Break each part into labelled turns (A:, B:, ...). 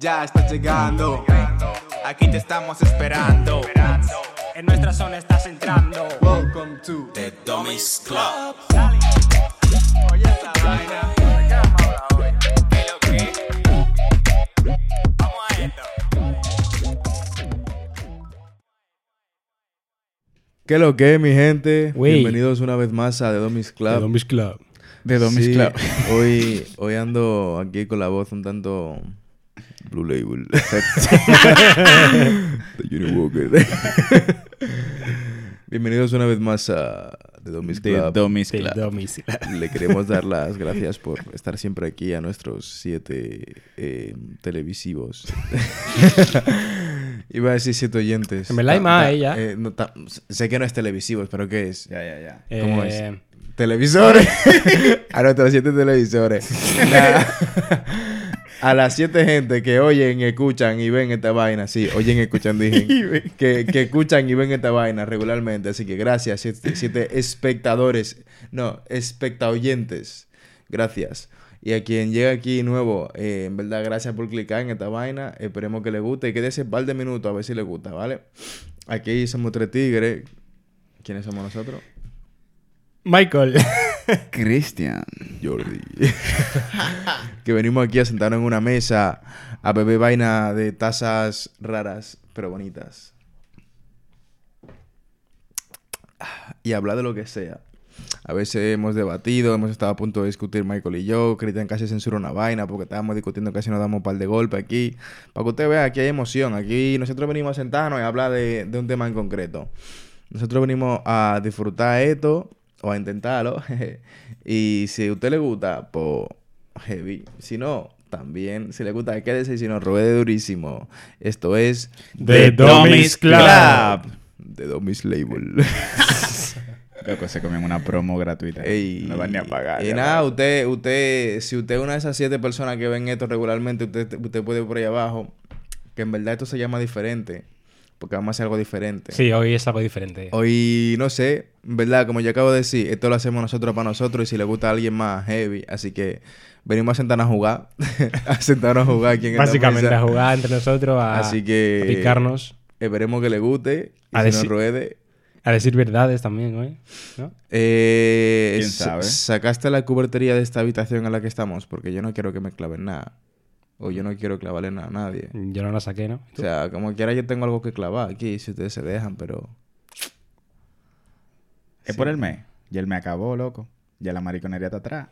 A: Ya estás llegando, aquí te estamos esperando.
B: En nuestra zona estás entrando.
A: Welcome to
C: The Dummies Club.
A: Oye esa vaina.
D: ¿Qué lo que, mi gente?
E: Wey.
D: Bienvenidos una vez más a The Domis Club.
E: The Dummies Club.
D: The
E: Dummies Club.
D: hoy, hoy ando aquí con la voz un tanto... Blue Label. The Johnny Walker. Bienvenidos una vez más a The Domis
F: De
D: Club.
F: Domis
E: The
F: Club.
E: Dummies Club.
D: Le queremos dar las gracias por estar siempre aquí a nuestros siete eh, televisivos. Iba a decir siete oyentes.
E: En verdad hay
D: Ta-
E: más,
D: ta-
E: eh, ya.
D: eh, no, ta- sé que no es televisivos, pero ¿qué es?
F: Ya, ya, ya.
D: ¿Cómo
E: Eh,
D: Televisores. a nuestros siete televisores. Nah. a las siete gente que oyen, escuchan y ven esta vaina. Sí, oyen, escuchan, dije. que, que escuchan y ven esta vaina regularmente. Así que gracias, siete, siete espectadores. No, espectaoyentes. Gracias. Y a quien llega aquí nuevo, eh, en verdad, gracias por clicar en esta vaina. Esperemos que le guste. Y quédese un par de minutos a ver si le gusta, ¿vale? Aquí somos tres tigres. ¿Quiénes somos nosotros?
E: Michael.
F: Cristian.
D: Jordi. que venimos aquí a sentarnos en una mesa a beber vaina de tazas raras pero bonitas. Y hablar de lo que sea. A veces hemos debatido, hemos estado a punto de discutir Michael y yo. Cristian casi censuró una vaina porque estábamos discutiendo, casi nos damos un par de golpes aquí. Para que usted vea, aquí hay emoción. Aquí nosotros venimos a sentarnos y a hablar de, de un tema en concreto. Nosotros venimos a disfrutar esto o a intentarlo. jeje. y si a usted le gusta, pues heavy. Si no, también. Si le gusta, quédese y si no, ruede durísimo. Esto es
E: The Dummies Club.
D: The Dummies Label.
F: Loco, se comen una promo gratuita.
D: Ey,
F: no van ni a pagar.
D: Y
F: ya
D: nada,
F: va.
D: usted, usted, si usted es una de esas siete personas que ven esto regularmente, usted, usted puede ir por ahí abajo. Que en verdad esto se llama diferente. Porque vamos a hacer algo diferente.
E: Sí, hoy es algo diferente.
D: Hoy, no sé, en verdad, como yo acabo de decir, esto lo hacemos nosotros para nosotros y si le gusta a alguien más heavy, así que venimos a sentarnos a jugar. a sentarnos a jugar aquí en esta
E: Básicamente
D: mesa.
E: a jugar entre nosotros, a,
D: Así que-
E: a picarnos,
D: Esperemos que le guste y
E: A
D: si
E: decir-
D: nos ruede.
E: a decir verdades también, ¿no? ¿No?
D: Eh,
F: ¿Quién
D: sa-
F: sabe?
D: ¿Sacaste la cubertería de esta habitación en la que estamos? Porque yo no quiero que me claven nada. O yo no quiero clavarle nada a nadie.
E: Yo no la saqué, ¿no?
D: O sea, como quiera yo tengo algo que clavar aquí, si ustedes se dejan, pero...
F: Es por el mes. Y él me acabó, loco. Ya la mariconería está atrás.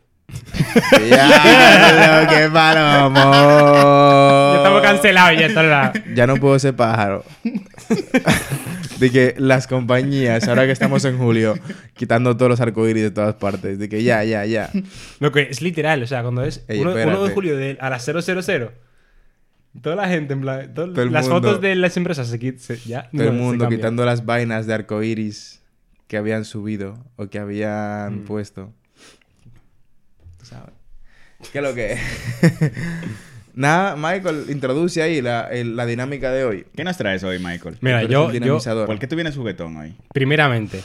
D: ¡Ya! ¡Qué palomo!
E: Ya estamos cancelados, ya está la...
D: Ya no puedo ser pájaro. De que las compañías, ahora que estamos en julio, quitando todos los arcoíris de todas partes. De que ya, ya, ya.
E: Lo que es literal, o sea, cuando es
D: Ey,
E: 1,
D: espérate.
E: de julio de, a las 000, toda la gente, en plan, todo-
D: Todo el
E: las
D: mundo.
E: fotos de las empresas se, quit- se- ya,
D: Todo el
E: no, se
D: mundo
E: cambian.
D: quitando las vainas de arcoíris que habían subido o que
E: Mm.
D: habían puesto. Tú sabes. ¿Qué es lo que es? Nada, Michael, introduce ahí la, el- la dinámica de hoy.
F: ¿Qué nos traes hoy, Michael?
E: Mira,
D: Tú eres
E: yo,
D: el
E: yo,
D: dinamizador.
F: ¿Por qué tú vienes juguetón hoy?
E: primeramente,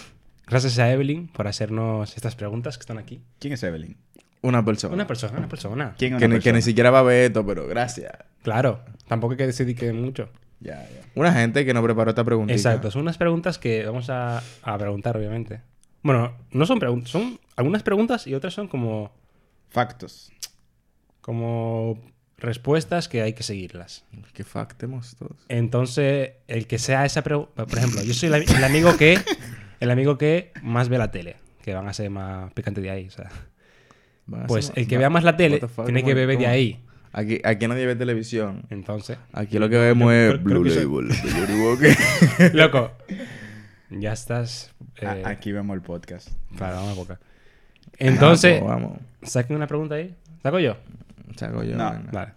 E: gracias a Evelyn por hacernos estas preguntas que están aquí.
F: ¿Quién es Evelyn?
D: Una persona.
E: Una persona, una persona.
F: ¿Quién es
D: que,
F: una
D: ni, que ni
F: persona?
D: siquiera va a ver esto, pero gracias.
E: Claro, tampoco hay que decidir que mucho.
F: Ya, ya.
D: Una gente que nos preparó esta preguntita.
E: Exacto, son unas preguntas que vamos a, a preguntar, obviamente. Bueno, no son preguntas, son algunas preguntas y otras son como,
F: Factos.
E: como respuestas que hay que seguirlas.
D: Qué factemos todos.
E: Entonces, el que sea esa pregunta, por ejemplo, yo soy el, el amigo que el amigo que más ve la tele, que van a ser más picante de ahí, o sea.
D: Ah,
E: Pues el que vea más la tele tiene que beber de ahí.
D: Aquí, aquí nadie ve televisión.
E: Entonces,
D: Aquí lo que vemos
E: Creo-
D: es
E: creo-
D: Blue
E: creo que
D: Label. de Johnny Walker.
E: loco, ya estás eh,
F: A- aquí vemos el podcast.
E: claro, vamos a boca. Entonces,
D: Ah, pues, vamos.
E: saquen una pregunta ahí. ¿Saco yo?
D: Saco yo.
F: No.
D: venga.
E: Vale.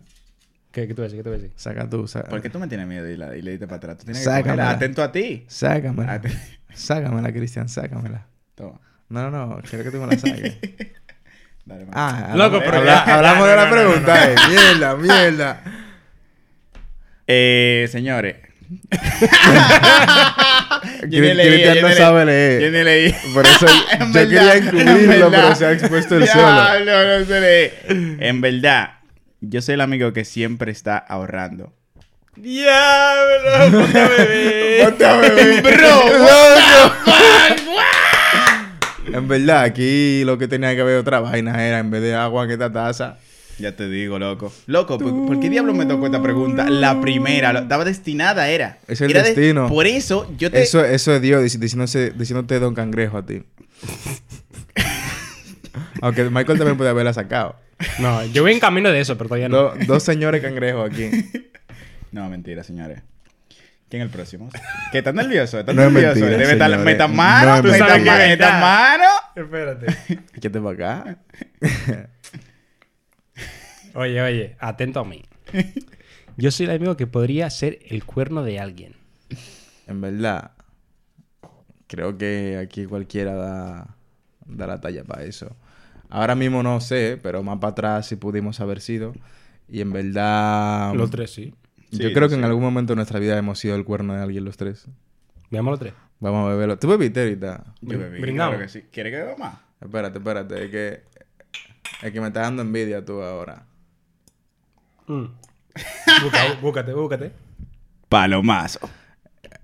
E: ¿Qué, qué tú ves? ¿Qué tú ves?
D: Saca tú,
A: Ah.
D: saca.
F: ¿Por qué tú me tienes miedo y, la, y le diste para atrás? Tú tienes que
D: Sácamela.
F: cogerla. Atento a ti.
D: Sácamela.
F: Ate-
D: Sácamela, Cristian, sácamela.
F: Toma.
D: No, no, no, quiero que tú me la saques.
F: Dale, man.
D: Ah,
E: Loco,
D: hablamos-
E: pero
D: habla-
E: ya-
D: hablamos
E: no,
D: de la
E: no, no,
D: pregunta, eh. Mierda, mierda.
F: Eh, señores. Yo ni
D: Cri-
F: leía,
D: Cristian
F: yo
D: no
F: ni
D: sabe
F: leía.
A: Eh.
D: leer.
F: Yo ni leí.
D: Por eso yo quería encubrirlo, pero se ha expuesto el solo.
F: Diablo, no se lee. En verdad, yo soy el amigo que siempre está ahorrando.
C: Diablo, puta bebé.
F: Bro,
D: En verdad, aquí lo que tenía que haber otra vaina era en vez de agua que esta taza.
F: Ya te digo, loco. Loco, ¿por, por qué diablo me tocó esta pregunta? La primera, lo- estaba destinada, era.
D: Es el
F: Era de-
D: destino.
F: por eso yo te.
D: Eso, eso es Dios dic- diciéndose- diciéndote Don Cangrejo a ti. Aunque Michael también puede haberla sacado.
E: No, yo voy en camino de eso, pero todavía no.
D: Do- dos señores cangrejos aquí.
F: No, mentira, señores. ¿Quién es el próximo? ¿Qué tan nervioso? ¿Estás
D: No es
F: nervioso?
D: mentira,
F: Debe estar
D: señores.
F: meta
D: No
F: mano,
D: es
F: tú
D: mentira.
F: sabes que meta
E: Está.
F: mano.
E: Espérate.
D: ¿Qué te va acá?
E: Oye, oye, atento a mí. Yo soy el amigo que podría ser el cuerno de alguien.
D: En verdad, creo que aquí cualquiera da, da la talla para eso. Ahora mismo no sé, pero más para atrás sí pudimos haber sido. Y en verdad,
E: Los tres, sí.
D: yo
F: Sí,
D: creo que
F: sí.
D: en algún momento de nuestra vida hemos sido el cuerno de alguien los tres.
E: Veamos los tres.
D: Vamos a beberlo. ¿Tú bebiste ahorita?
F: Yo bebí,
E: brindamos.
F: claro que sí. ¿Quieres que beba más?
D: Espérate, espérate. Es que, es que me estás dando envidia tú ahora.
E: Búscate, Mm. búscate, búscate.
F: Palomazo.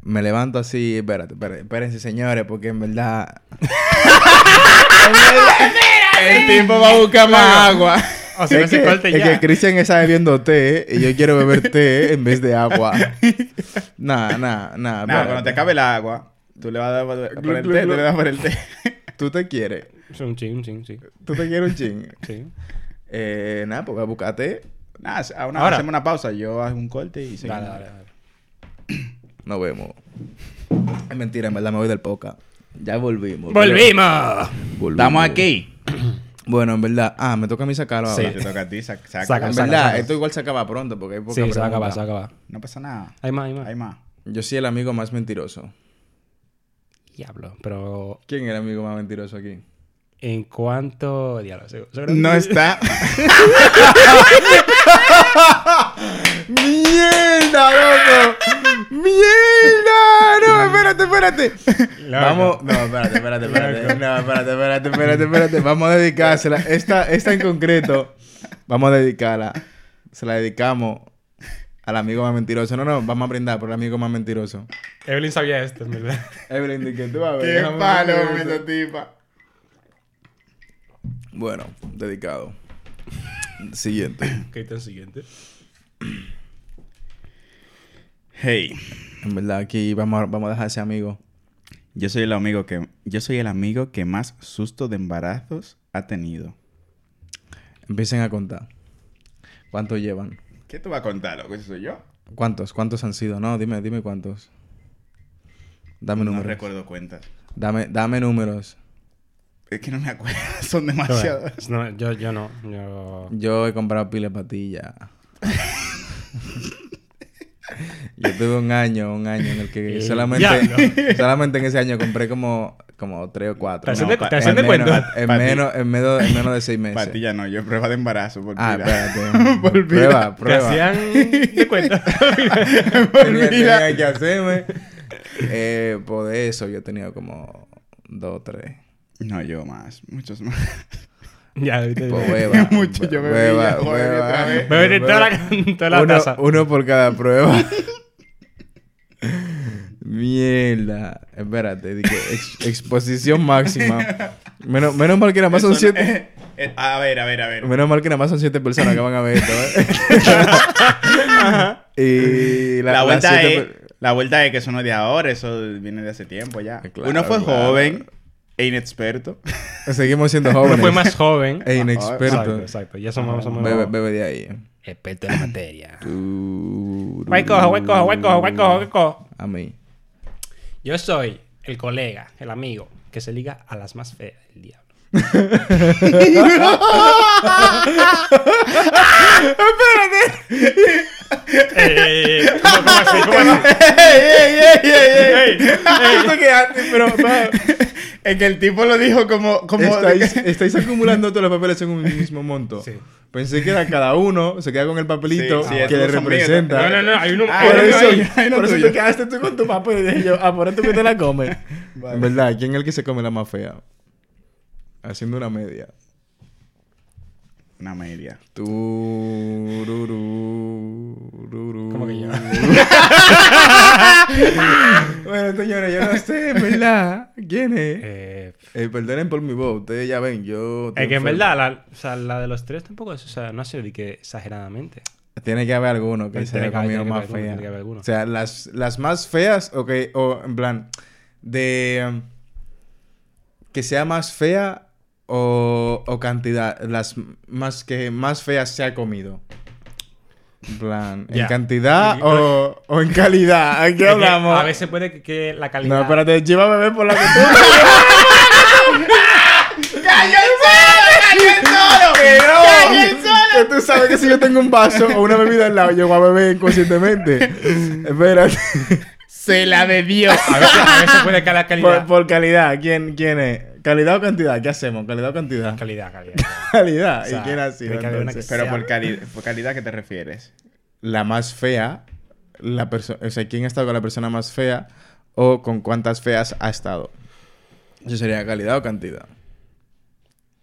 D: Me levanto así, espérate, espérate, espérense señores, porque en verdad...
F: El tipo va a buscar más agua.
E: O sea, no
D: es, que,
E: se corte
D: es
E: ya.
D: que Cristian está bebiendo té y yo quiero beber té en vez de agua. Nah, nah, nah.
F: Nada,
D: espérate.
F: cuando te acabe el agua, tú le vas a dar por, por el té, tú le das por el té.
D: Tú te quieres.
E: Un ching, un ching, sí.
D: Tú te quieres un ching.
E: sí.
D: Eh, nada, pues voy a buscar té.
F: Nada, a una-
E: Ahora.
F: hacemos una pausa, yo hago un corte y seguimos.
E: Dale, dale, dale.
D: Nos vemos. Es mentira, en verdad me voy del poca. Ya volvimos.
E: ¡Volvimos!
D: Volvimos. Bueno, en verdad. Ah, me toca a mí sacarlo
E: Sí.
D: ahora.
F: Te toca a ti, sac- saca.
E: Saca.
D: En verdad,
E: saca.
D: esto igual se acaba pronto porque hay poca
E: Sí, se va a
D: pregunta.
E: acabar, se va a acabar.
F: No pasa nada.
E: Hay más, hay más.
F: Hay más.
D: Yo soy el amigo más mentiroso.
E: Diablo, pero
D: ¿Quién es el amigo más mentiroso aquí?
E: en cuanto... Diablo, seguro. seguro-
F: No está.
D: ¡Mierda, loco! ¡Mierda! No, espérate, espérate. Vamos. No, espérate, espérate, espérate. No, espérate, espérate, espérate, espérate. Vamos a dedicársela. Esta, esta en concreto, vamos a dedicarla. Se la dedicamos al amigo más mentiroso. No, no, vamos a brindar por el amigo más mentiroso.
E: Evelyn sabía esto, en verdad.
D: Evelyn, ¿de qué tú a ver?
F: Qué
D: Pues Déjame
F: palo
D: ver
F: con
D: esto.
F: esa tipa.
D: Bueno, dedicado. Siguiente.
E: ¿Qué está el siguiente?
F: Hey,
D: En verdad, aquí vamos a, vamos a dejar a ese amigo.
F: yo soy el amigo que yo soy el amigo que más susto de embarazos ha tenido.
D: Empiecen a contar. ¿Cuántos llevan?
F: ¿Qué tú vas a contar, loco? ¿Eso soy yo?
D: ¿Cuántos? ¿Cuántos han sido? No, dime, dime cuántos. Dame
F: No
D: números.
F: recuerdo cuentas.
D: Dame, dame números.
F: Es que no me acuerdo, son demasiadas.
E: No, yo, yo no. Yo...
D: Yo he comprado pila de patillas. Yo tuve un año, un año en el que
E: Eh,
D: solamente,
E: diablo.
D: solamente en ese año compré como, como tres o cuatro.
E: Te
F: No,
E: haciendo-
F: pa-
E: te haciendo
D: en,
E: cuenta.
D: menos, en,
F: Pati-
D: menos, en, menos, en menos de seis meses.
F: Patilla no, yo prueba de embarazo por
D: Ah,
F: pila.
D: espérate.
F: Por pila.
D: prueba,
E: Te
D: prueba.
E: hacían de cuenta.
D: tenía,
F: Mira.
D: tenía que hacerme. Eh, por eso yo he tenido como dos o tres.
F: No, yo más, muchos más.
E: ya, ahorita.
D: Por hueva.
F: Mucho, yo me veía, joder, otra vez.
E: Me veré toda la, toda la
D: uno,
E: taza.
D: uno por cada prueba. Mierda. Espérate, dije, ex- exposición máxima. Menos, menos mal que nada más son
F: Eso no-
D: siete.
F: Eh, a ver, a ver, a ver.
D: Menos mal que nada más son siete personas que van a ver esto, ¿eh? y
F: La,
D: la, las
F: vuelta
D: siete
F: es,
D: per-
F: la vuelta es que eso no es de ahora, eso viene de hace tiempo ya.
D: Claro,
F: Uno fue
D: claro.
F: joven e inexperto.
D: Seguimos siendo
E: Uno
D: jóvenes.
E: fue más joven.
D: E
E: Exacto,
D: inexpertos.
E: exacto. Ya somos más o
D: Bebe,
E: menos
D: bebe de ahí.
E: expertos en la materia.
D: Tú-
E: Guay cojo, guay cojo, guay cojo, guay cojo, guay cojo.
D: A mí.
E: Yo soy el colega, el amigo, que se liga a las más feas del diablo. Espérate. Eh, ¿Cómo así? ¿Cómo así?
D: Esto que antes, pero.
F: Es que el tipo lo dijo como. como
D: Estáis, estáis acumulando todos los papeles en un mismo monto. Pensé que era cada uno, se queda con el papelito
F: Sí, sí, estos
D: que le
F: son míos,
D: representa.
E: No, no, no, hay uno.
F: Ah,
E: hay
D: Por
E: uno
F: no,
D: eso,
E: ahí.
F: no, no, no,
D: por eso
F: tuyo.
D: te quedaste tú con tu papel y dije yo, ah, por esto que te la comes. En verdad, ¿quién es el que se come la más fea? Haciendo una media.
F: Una media.
D: Como
E: Como que yo.
D: Bueno, señores, yo no sé, en verdad, quién es.
E: Eh,
D: Eh, perdonen por mi voz, ustedes ya ven, yo.
E: es que en
D: enfermo.
E: verdad, la, o sea, la de los tres tampoco es. O sea, no ha sido de que exageradamente.
D: Tiene que haber alguno que
E: Tiene
D: se
E: que
D: haya
E: haber-
D: comido
E: tiene que
D: más
E: haber alguno,
D: fea.
E: tiene que haber alguno.
D: O sea, las, las más feas, ok, o en plan, de. um, que sea más fea o, o cantidad, las m- más que más feas se ha comido. En plan, ¿en
E: Ya.
D: cantidad
E: Y-
D: o, o en calidad? ¿A qué
E: Es que
D: hablamos?
E: A veces puede que, que la calidad.
D: No, espérate, lleva bebé por la costumbre.
F: ¡Cayó el solo!
D: que no.
F: ¡Cayó el solo!
D: Que tú sabes que si yo tengo un vaso o una bebida al lado, yo voy a beber inconscientemente. Espérate.
F: Se la bebió.
E: A veces, a veces puede que la
D: Por,
E: calidad.
D: por calidad, ¿quién, ¿quién es? ¿Calidad o cantidad? ¿Qué hacemos? ¿Calidad o cantidad?
E: Calidad, calidad.
D: Calidad.
E: O sea,
D: ¿Y quién ha sido,
E: tiene que haber una que
D: entonces?
E: sea-
F: Pero Ah, por, cali- por calidad, ¿qué te refieres?
D: La más fea, la perso- o sea, ¿quién ha estado con la persona más fea o con cuántas feas ha estado? Eso sería calidad o cantidad.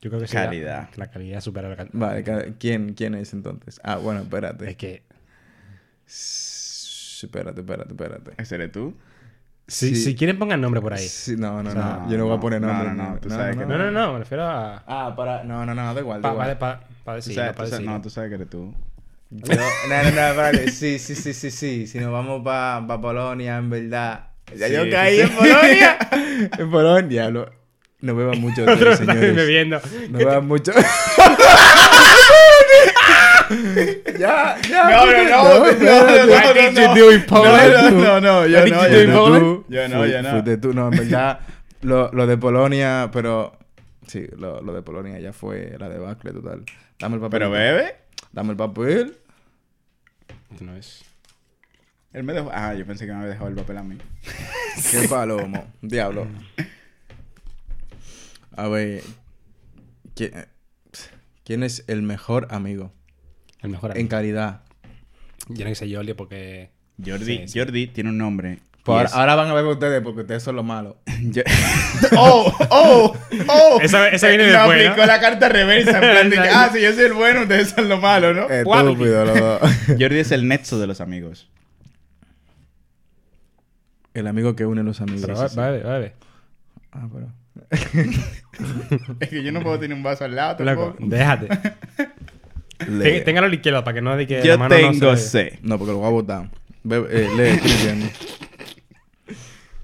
E: Yo creo que sí.
F: Calidad.
E: La, la calidad supera la cantidad.
D: Vale, ca- ¿quién, ¿quién es entonces? Ah, bueno,
E: Es
D: espérate.
E: que.
D: S- Espérate, espérate, espérate.
F: ¿Ese eres tú?
E: Si,
D: Sí.
E: si quieren, pongan nombre por ahí.
D: Sí, no, no,
E: O sea,
D: no. Yo no voy a poner
F: no,
D: nombre.
F: no, no,
D: ni-
F: tú sabes que
E: No, no, no, me refiero a.
D: Ah, para. No, no, no, da igual. Da
E: Para
D: igual.
F: Tú
E: decir.
F: sabes-
E: pa
F: tú sabes-
E: decirlo.
F: no, tú sabes que eres tú.
D: Yo- no, no, no, vale. Sí, sí, sí, sí, sí. Si nos vamos para Polonia, en verdad. Ya
F: Sí,
D: yo caí
F: sí.
D: en Polonia. en Polonia, lo... no beban mucho, hotel,
E: Estoy
D: señores.
E: bebiendo.
D: No beban mucho. ya, ya.
F: No, no, no, no, no, no,
D: What
F: no,
D: did
F: no.
D: you do in Poland?
F: No, no, no, no, yo
D: What did
F: no,
D: you
F: yo
D: do in
F: no.
D: Poland?
F: Yo no,
D: Fu-
F: yo no.
D: fuiste tú, no, en verdad. Lo, lo de Polonia, pero. Sí, lo, lo de Polonia ya fue la debacle total. Dame el papel.
F: Pero bebe.
D: Dame el papel.
E: Esto no es.
F: Él me dejó. Ah, yo pensé que me había dejado el papel a mí.
D: Qué palomo. Diablo. A ver. ¿qui- ¿Quién es el mejor amigo?
E: El mejor
D: En
E: amigo.
D: calidad.
E: Yo no que sé Jordi porque.
F: Jordi,
E: Sí, sí.
F: Jordi tiene un nombre.
D: Pues
F: Y
D: ahora,
F: es-
D: ahora van a ver ustedes porque ustedes son los malos.
F: Yo- ¡Oh! ¡Oh! ¡Oh!
E: Esa- esa viene
F: Me
E: después,
F: aplicó
E: ¿no?
F: la carta reversa. En plan de que, ah, si yo soy el bueno, ustedes son lo malo, ¿no?
D: Estúpido, los dos.
F: Eh, Jordi es el nexo de los amigos.
D: El amigo que une los amigos.
E: Pero va, va, a ver, va a ver.
D: Ah, pero.
F: Es que yo no puedo tener un vaso al lado
E: Loco,
F: tampoco.
E: déjate. Ten- Téngalo a la izquierda para que no de que. la
F: Yo
E: mano no
F: tengo
E: se-
F: C.
D: No, porque lo voy a votar. Bebe- eh, lee, Cristian.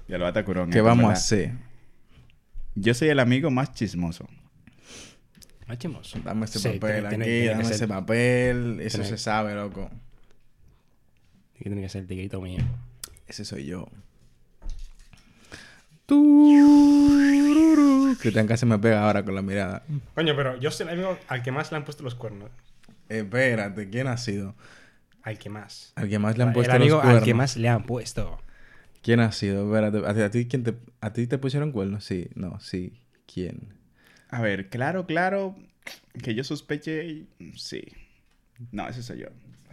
F: Ya lo bata Curón.
D: ¿Qué
F: eh,
D: vamos a
F: ¿verdad?
E: pues,
D: hacer?
F: Yo soy el amigo más chismoso.
E: No es chismoso.
D: Dame ese
E: Sí,
D: papel
E: tiene- tiene-
D: aquí,
E: tiene que
D: dame
E: ser-
D: ese papel. Eso
E: tiene
D: se
E: que-
D: sabe, loco.
E: Que tiene que ser el tigrito mío.
D: Ese soy yo. Tururú. Cristian casi me pega ahora con la mirada.
E: Coño, pero yo soy el amigo al que más le han puesto los cuernos.
D: Espérate, ¿quién ha sido?
E: Al que más.
D: Al que más le han puesto
E: el amigo
D: los cuernos.
E: al que más le han puesto.
D: ¿Quién ha sido? Espérate, ¿a ti, a ti quién te, a ti te pusieron cuernos? Sí, no, sí. ¿Quién?
F: A ver, claro, claro. Que yo sospeche. Sí. No, ese soy yo.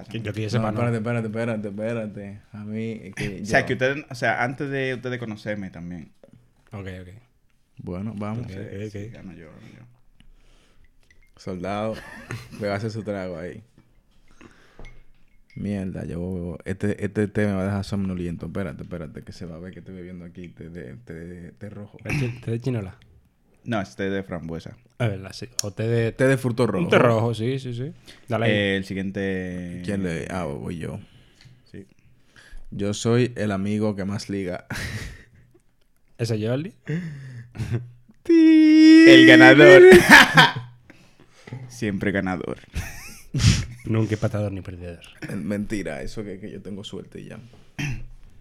E: Que yo que yo
D: No,
E: sepa, no.
D: espérate, espérate, espérate, espérate. A mí, es que
F: O sea,
D: yo-
F: que ustedes. O sea, antes de ustedes conocerme también.
E: Ok, ok.
D: Bueno, vamos.
E: Ok, ok.
F: Sí, gano yo, gano yo.
D: Soldado, bebase su trago ahí. Mierda, yo bebo. Este, este té me va a dejar somnoliento. Espérate, espérate, que se va a ver que estoy bebiendo aquí té, de- té de- té rojo.
E: ¿Te de- ¿Te de chinola?
F: No, este de frambuesa.
E: Es verdad, sí. O te de.
D: Té de fruto rojo.
E: Un té rojo, sí, sí, sí. Dale. ahí.
F: Eh, el siguiente.
D: ¿Quién le.? Ah, voy yo.
F: Sí.
D: Yo soy el amigo que más liga.
E: ¿Ese Jordi?
F: El ganador. Siempre ganador.
E: Nunca empatador ni perdedor.
D: Mentira, eso que, que yo tengo suerte y ya.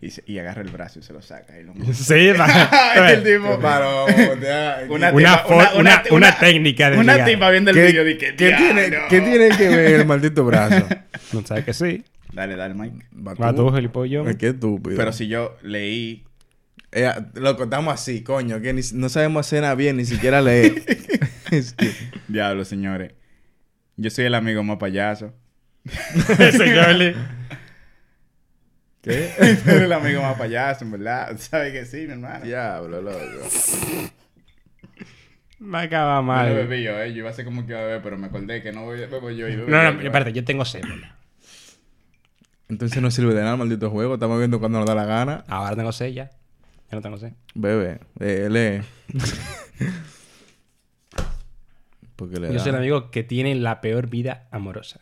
F: Y, se- y agarra el brazo y se lo saca. Y lo
E: Sí, va.
F: Es el tipo.
D: una,
E: Una fo- una- una técnica de
F: Una
E: ligar.
F: tipa viendo el video de
D: ¿Qué,
F: que.
D: qué tiene,
F: "Diablo".
D: ¿Qué tiene que ver el maldito brazo?
E: No sabes que sí.
F: Dale, dale, Mike.
D: Va
E: Va tú, gilipollas.
D: Ay, Qué estúpido.
F: Pero si yo leí
D: Eh, lo contamos así, coño, que ni- no sabemos hacer nada bien, ni siquiera leer. Es que-
F: Diablo, señores. Yo soy el amigo más payaso.
E: Señores.
F: ¿Qué? Soy el amigo más payaso, en verdad. ¿Sabes que sí, mi hermano?
D: Diablo, loco.
E: Me acaba
F: No
E: mal.
F: bebí yo, eh. Yo iba a ser como que iba a beber, pero me acordé que no bebo bebo yo. Y bebo
E: No,
F: yo,
E: no,
F: yo.
E: espérate, yo tengo cebola.
D: Entonces no sirve de nada, maldito juego. Estamos viendo cuando nos da la gana.
E: Ahora tengo sed ya. Ya no tengo sed.
D: Bebe, eh, lee. Porque le
E: Yo
D: da.
E: soy el amigo que tiene la peor vida amorosa.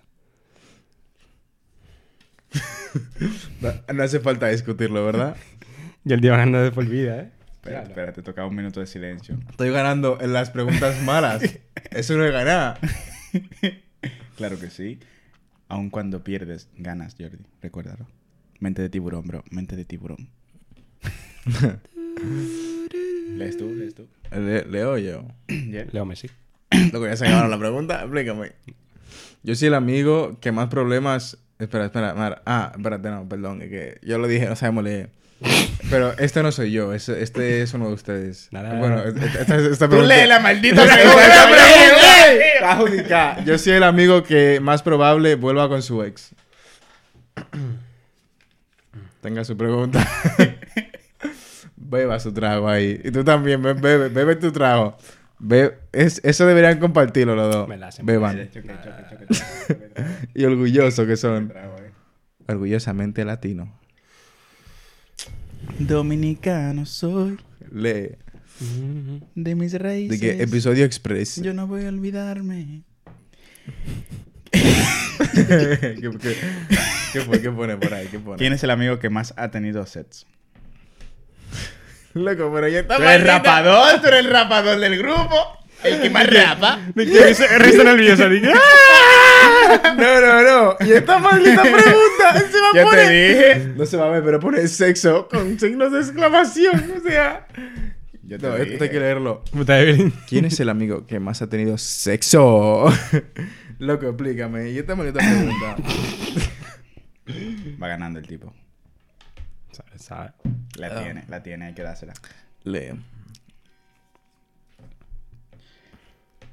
D: No, no hace falta discutirlo, ¿verdad?
E: Y el divagando de por vida, ¿eh?
F: Espérate, espérate, toca un minuto de silencio.
D: Estoy ganando en las preguntas malas. Eso no es ganar.
F: Claro que sí. Aun cuando pierdes, ganas, Jordi. Recuérdalo. Mente de tiburón, bro. Mente de tiburón. ¿Lees tú? ¿Lees tú?
D: Le- leo yo.
E: Leo Messi.
D: Loco, ya se acabaron la pregunta. Explícame. Yo soy el amigo que más problemas. Espera, espera, Mar. Ah, espérate, no, perdón. es que yo lo dije, no sabemos leer. Pero este no soy yo, es- este es uno de ustedes.
E: Nada.
D: Bueno, es- esta, esta, pregunta-
F: maldita
D: Está adjudicada. Yo soy el amigo que más probable vuelva con su ex. Tenga su pregunta. Beba su trago ahí. Y tú también, be- bebe, bebe tu trago. Be- es, eso deberían compartirlo los dos.
E: Me la hacen.
D: Beban.
E: Ah.
D: Y orgullosos que son. Orgullosamente latino.
F: Dominicano soy
D: Lee.
E: Mm-hmm.
F: de mis
D: De
F: raíces.
D: que episodio express.
F: Yo no voy a olvidarme.
D: ¿Qué, qué, qué fue? ¿Qué pone por ahí? ¿Qué pone?
F: ¿Quién es el amigo que más ha tenido sets?
D: Loco, pero ya está.
F: Tú eres
D: maldita.
F: rapador, tú eres el rapador del grupo. El que más rapa.
E: Risa nerviosa, dije.
D: No, no, no. Y esta maldita pregunta se va a
F: Ya
D: poner.
F: te dije.
D: No se va a ver, pero pone sexo con signos de exclamación. O sea.
F: Yo te
D: No,
F: dije.
D: esto hay que leerlo.
E: Puta Evelyn.
D: ¿Quién es el amigo que más ha tenido sexo? Loco, explícame. Y esta maldita pregunta.
F: Va ganando el tipo.
E: Sabe, sabe.
F: La tiene, la tiene, hay que dársela.
D: Lee.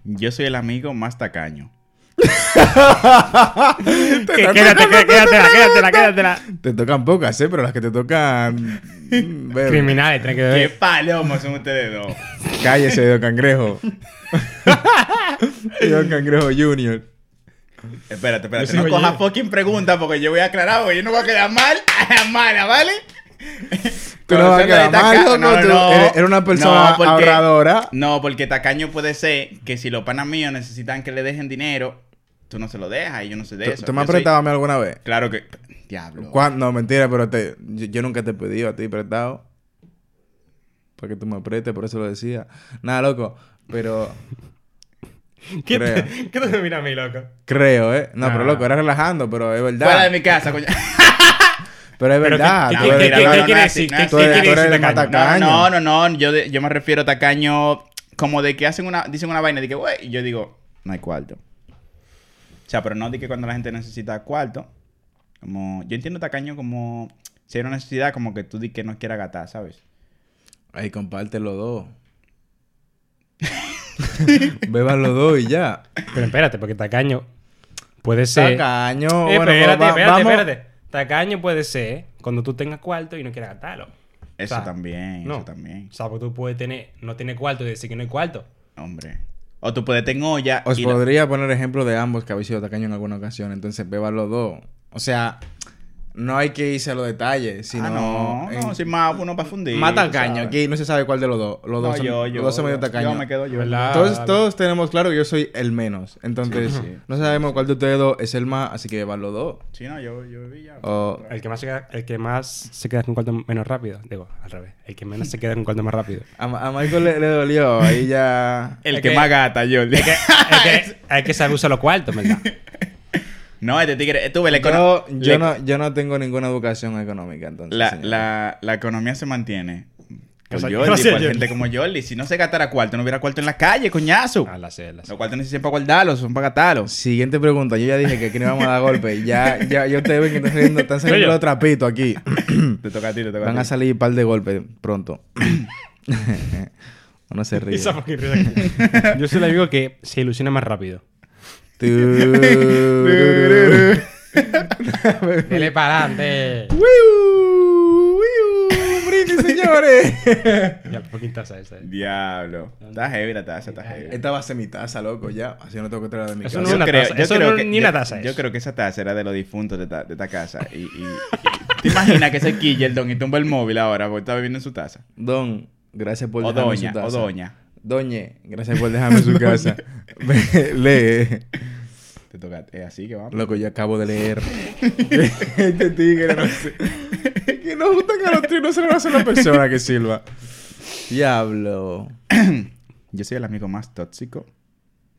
F: Yo soy el amigo más tacaño.
E: Que- Quédate, que- quédatela, quédatela, quédatela.
D: Te tocan pocas, ¿eh? Pero las que te tocan. mm, bebe.
E: Criminales, tiene que
F: ¡Qué
E: beber.
F: palomos son ustedes dos!
D: Cállese, Don Cangrejo. Don Cangrejo Junior.
F: Espérate,
E: Yo
F: espérate.
E: sí
F: No
E: me
F: cojas
E: llevo.
F: fucking preguntas porque yo voy a aclarar porque yo no voy a quedar mal a la mala, ¿vale?
D: Tú no vas a
F: Conocerlo de
D: quedar mal,
F: tacaño,
D: loco, tú eres- eres una persona ahorradora.
F: No, porque tacaño puede ser que si los panas míos necesitan que le dejen dinero, tú no se lo dejas y yo no sé de
D: ¿Tú,
F: eso.
D: tú me
F: Yo
D: has
F: soy-
D: prestado a mí alguna vez?
F: Claro que... Diablo.
D: ¿Cuán- No, mentira, pero te, yo, yo nunca te he pedido a ti prestado. Para que tú me prestes, por eso lo decía. Nada, loco. Pero
E: ¿Qué
D: Creo.
E: te, ¿Qué te mira a mí, loco?
D: creo, ¿eh? No,
E: Nah.
D: pero loco, era relajando, pero es verdad.
F: Fuera de mi casa, coño.
D: Pero es
E: Pero
D: verdad.
E: ¿qué-
D: Ah, tú
E: qué-
D: eres-
E: qué- qué-
D: tú
E: qué
D: eres-
E: quiere
F: no,
E: decir?
F: no,
E: ¿Qué-
F: tú
E: qué
D: eres-
E: quiere
D: tú eres
E: decir
D: el mata-
E: tacaño?
F: No,
D: Tacaño.
F: no, no, no, Yo, de- yo me refiero a tacaño como de que hacen una, dicen una vaina de que, güey, y yo digo, no hay cuarto. O sea, pero no de que cuando la gente necesita cuarto, como, yo entiendo tacaño como, si hay una necesidad, como que tú di que no quieras gastar, ¿sabes?
D: Ahí comparte los dos. Beban los dos y ya.
E: Pero espérate, porque tacaño puede ser.
D: Tacaño.
E: Eh,
D: bueno,
E: espérate,
D: va-
E: espérate,
D: vamos-
E: espérate. Tacaño puede ser cuando tú tengas cuarto y no quieras gastarlo.
F: Eso
E: O sea,
F: también,
E: no.
F: eso también.
E: O sea, porque tú puedes tener, no tener cuarto y decir que no hay cuarto.
F: Hombre. O tú puedes tener olla
D: Os
F: y la-
D: podría poner ejemplo de ambos que habéis sido tacaño en alguna ocasión. Entonces, beban los dos. O sea, no hay que irse a los detalles, sino.
F: Ah, no,
D: en-
F: no, sin más, uno para fundir.
D: Más
F: ¿sabes?
D: tacaño, aquí no se sabe cuál de los dos. Los
F: No,
D: dos son,
F: yo,
D: los
F: yo.
D: dos son medio tacaños.
F: Yo me quedo yo.
E: ¿Verdad?
D: Todos,
E: Ah,
D: todos tenemos claro que yo soy el menos. Entonces,
F: Sí, sí.
D: no sabemos cuál de ustedes dos es el más, así que van los dos.
F: Sí, no, yo, yo vi ya.
D: O-
E: El que más se queda, el que más se queda con cuarto menos rápido. Digo, al revés. El que menos se queda con cuarto más rápido.
D: a, Ma- a Michael le, le dolió, ahí ya.
F: El
E: Es
F: que
E: que-
F: más gata, Jordi.
E: Es que, es que se abusa los cuartos, ¿verdad?
F: No, este tigre, tú ves, la,
D: Yo,
F: econo-
D: yo,
F: la-
D: no, yo no tengo ninguna educación económica, entonces.
F: la,
D: señor.
F: la- la economía se mantiene Por
E: Gracias,
F: Yoli, por
E: Yoli.
F: gente como Yoli. Si no se gastara cuarto, no hubiera cuarto en la calle, coñazo.
E: A Ah, la C, a la C.
F: Los cuartos necesitan para guardarlos, son para gastarlos.
D: Siguiente pregunta. Yo ya dije que aquí no vamos a dar golpe. Ya, ya, yo te ven que están saliendo, están saliendo
E: Oye.
D: los trapitos aquí.
E: Hmm.
F: Te toca a ti, te toca
D: Van
F: a
D: a
F: ti.
D: salir un par de golpes pronto. Uno se ríe.
E: Esa fucking risa. Yo soy el amigo que se ilusiona más rápido.
D: Tururú.
E: Dele para adelante.
D: Wiu, wiu, brindis, señores.
E: Ya, fucking taza esa. eh.
F: Diablo. Está heavy la taza, está heavy.
D: Esta va a ser mi taza, loco, ya. Así no tengo que traerla de mi
E: Eso
D: casa.
E: no es una taza. Eso no es ni
F: yo-
E: una taza,
F: Yo
E: eso.
F: creo que esa taza era de los difuntos de, esta- de esta casa. Y, y- y- ¿Te imaginas que se quilla el don y tumba el móvil ahora porque está bebiendo en su taza?
D: Don, gracias por
F: O
D: dejarme
F: doña,
D: su taza.
F: o doña.
D: Doñe, gracias por dejarme su casa. Ve, Lee.
F: Te toca. Es así que vamos.
D: Loco, yo acabo de leer. este tigre, no sé. que no gusta que a los tíos no se le va a hacer la persona que silba. Diablo.
F: Yo soy el amigo más tóxico,